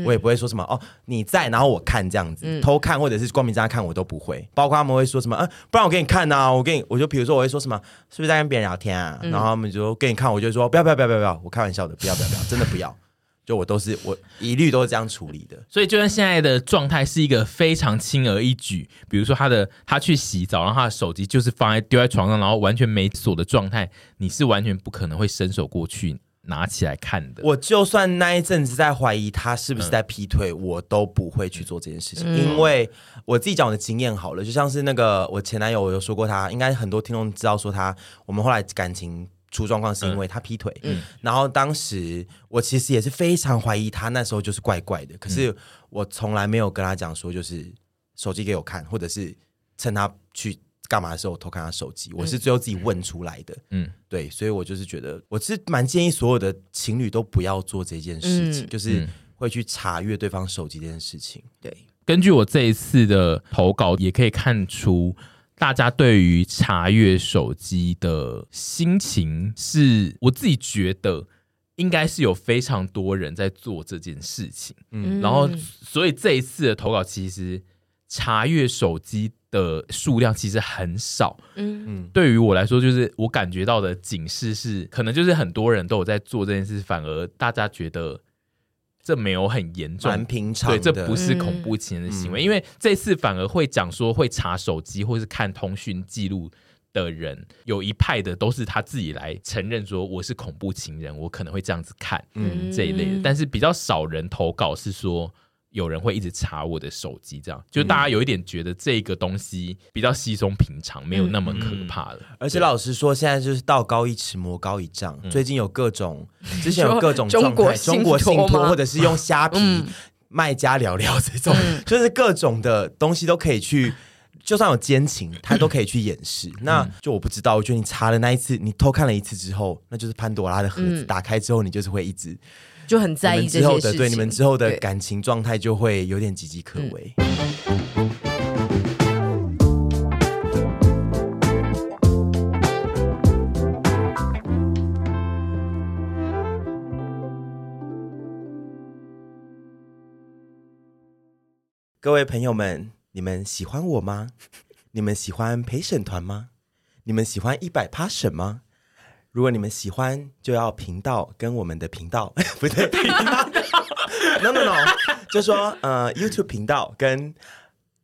Speaker 2: 我也不会说什么哦你在，然后我看这样子、偷看或者是光明正大看我都不会，包括他们会说什么，嗯、不然我给你看呐、我给你，我就比如说我会说什么，是不是在跟别人聊天啊？然后他们就说给你看，我就说不要不要不要不要不要，我开玩笑的，不要不要不要，真的不要，就我都是我一律都是这样处理的。
Speaker 1: 所以就算现在的状态是一个非常轻而易举，比如说他的他去洗澡，然后他的手机就是放在丢在床上，然后完全没锁的状态，你是完全不可能会伸手过去拿起来看的。
Speaker 2: 我就算那一阵子在怀疑他是不是在劈腿，我都不会去做这件事情，因为我自己讲我的经验好了，就像是那个我前男友，我有说过他，应该很多听众知道说他，我们后来感情。出状况是因为他劈腿，然后当时我其实也是非常怀疑他那时候就是怪怪的，可是
Speaker 1: 嗯
Speaker 2: 我从来没有跟他讲说就是手机给我看，或者是趁他去干嘛的时候偷看他手机，我是最后自己问出来的。
Speaker 1: 嗯，
Speaker 2: 对，所以我就是觉得，我是蛮建议所有的情侣都不要做这件事情，
Speaker 6: 嗯
Speaker 2: 就是
Speaker 1: 嗯
Speaker 2: 会去查阅对方手机这件事情。
Speaker 6: 对，
Speaker 1: 根据我这一次的投稿，也可以看出大家对于查阅手机的心情是，我自己觉得应该是有非常多人在做这件事情。
Speaker 6: 嗯
Speaker 1: 然后，所以这一次的投稿其实查阅手机的数量其实很少。
Speaker 6: 嗯
Speaker 2: 嗯，
Speaker 1: 对于我来说，就是我感觉到的警示是，可能就是很多人都有在做这件事，反而大家觉得这没有很严重，
Speaker 2: 蛮平常的，
Speaker 1: 对，这不是恐怖情人的行为，因为这次反而会讲说会查手机或是看通讯记录的人，有一派的都是他自己来承认说我是恐怖情人，我可能会这样子看，嗯，这一类的。但是比较少人投稿是说。有人会一直查我的手机，这样就大家有一点觉得这个东西比较稀松平常，没有那么可怕了。
Speaker 2: 而且老实说，现在就是道高一尺，魔高一丈。最近有 各种，之前有各种
Speaker 6: 说嗯
Speaker 2: 状
Speaker 6: 中国
Speaker 2: 态，
Speaker 6: 信托
Speaker 2: 中国信托
Speaker 6: 吗嗯
Speaker 2: 或者是用虾皮卖家聊聊这种， 就是各种的东西都可以去。就算有奸情，他都可以去掩饰。
Speaker 6: 嗯
Speaker 2: 那就我不知道，我觉得你查了那一次，你偷看了一次之后，那就是潘多拉的盒子。
Speaker 6: 嗯
Speaker 2: 打开之后，你就是会一直
Speaker 6: 就很在
Speaker 2: 你
Speaker 6: 意
Speaker 2: 们
Speaker 6: 这
Speaker 2: 之后
Speaker 6: 些
Speaker 2: 的
Speaker 6: 事情。
Speaker 2: 对你们之后的
Speaker 6: 对
Speaker 2: 感情状态就会有点岌岌可危。
Speaker 6: 嗯
Speaker 2: 各位朋友们，你们喜欢我吗？你们喜欢陪审团吗？你们喜欢一百趴审吗？如果你们喜欢，就要频道跟我们的频道 不对，频道 no no no，就说呃 YouTube 频道跟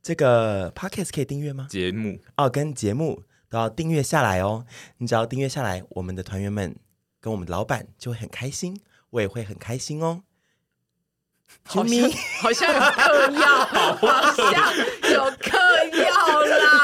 Speaker 2: 这个 Podcast 可以订阅吗？
Speaker 1: 节目
Speaker 2: 哦，跟节目都要订阅下来哦。你只要订阅下来，我们的团员们跟我们的老板就会很开心，我也会很开心哦。
Speaker 6: 好像有嗑药，好像有嗑药啦。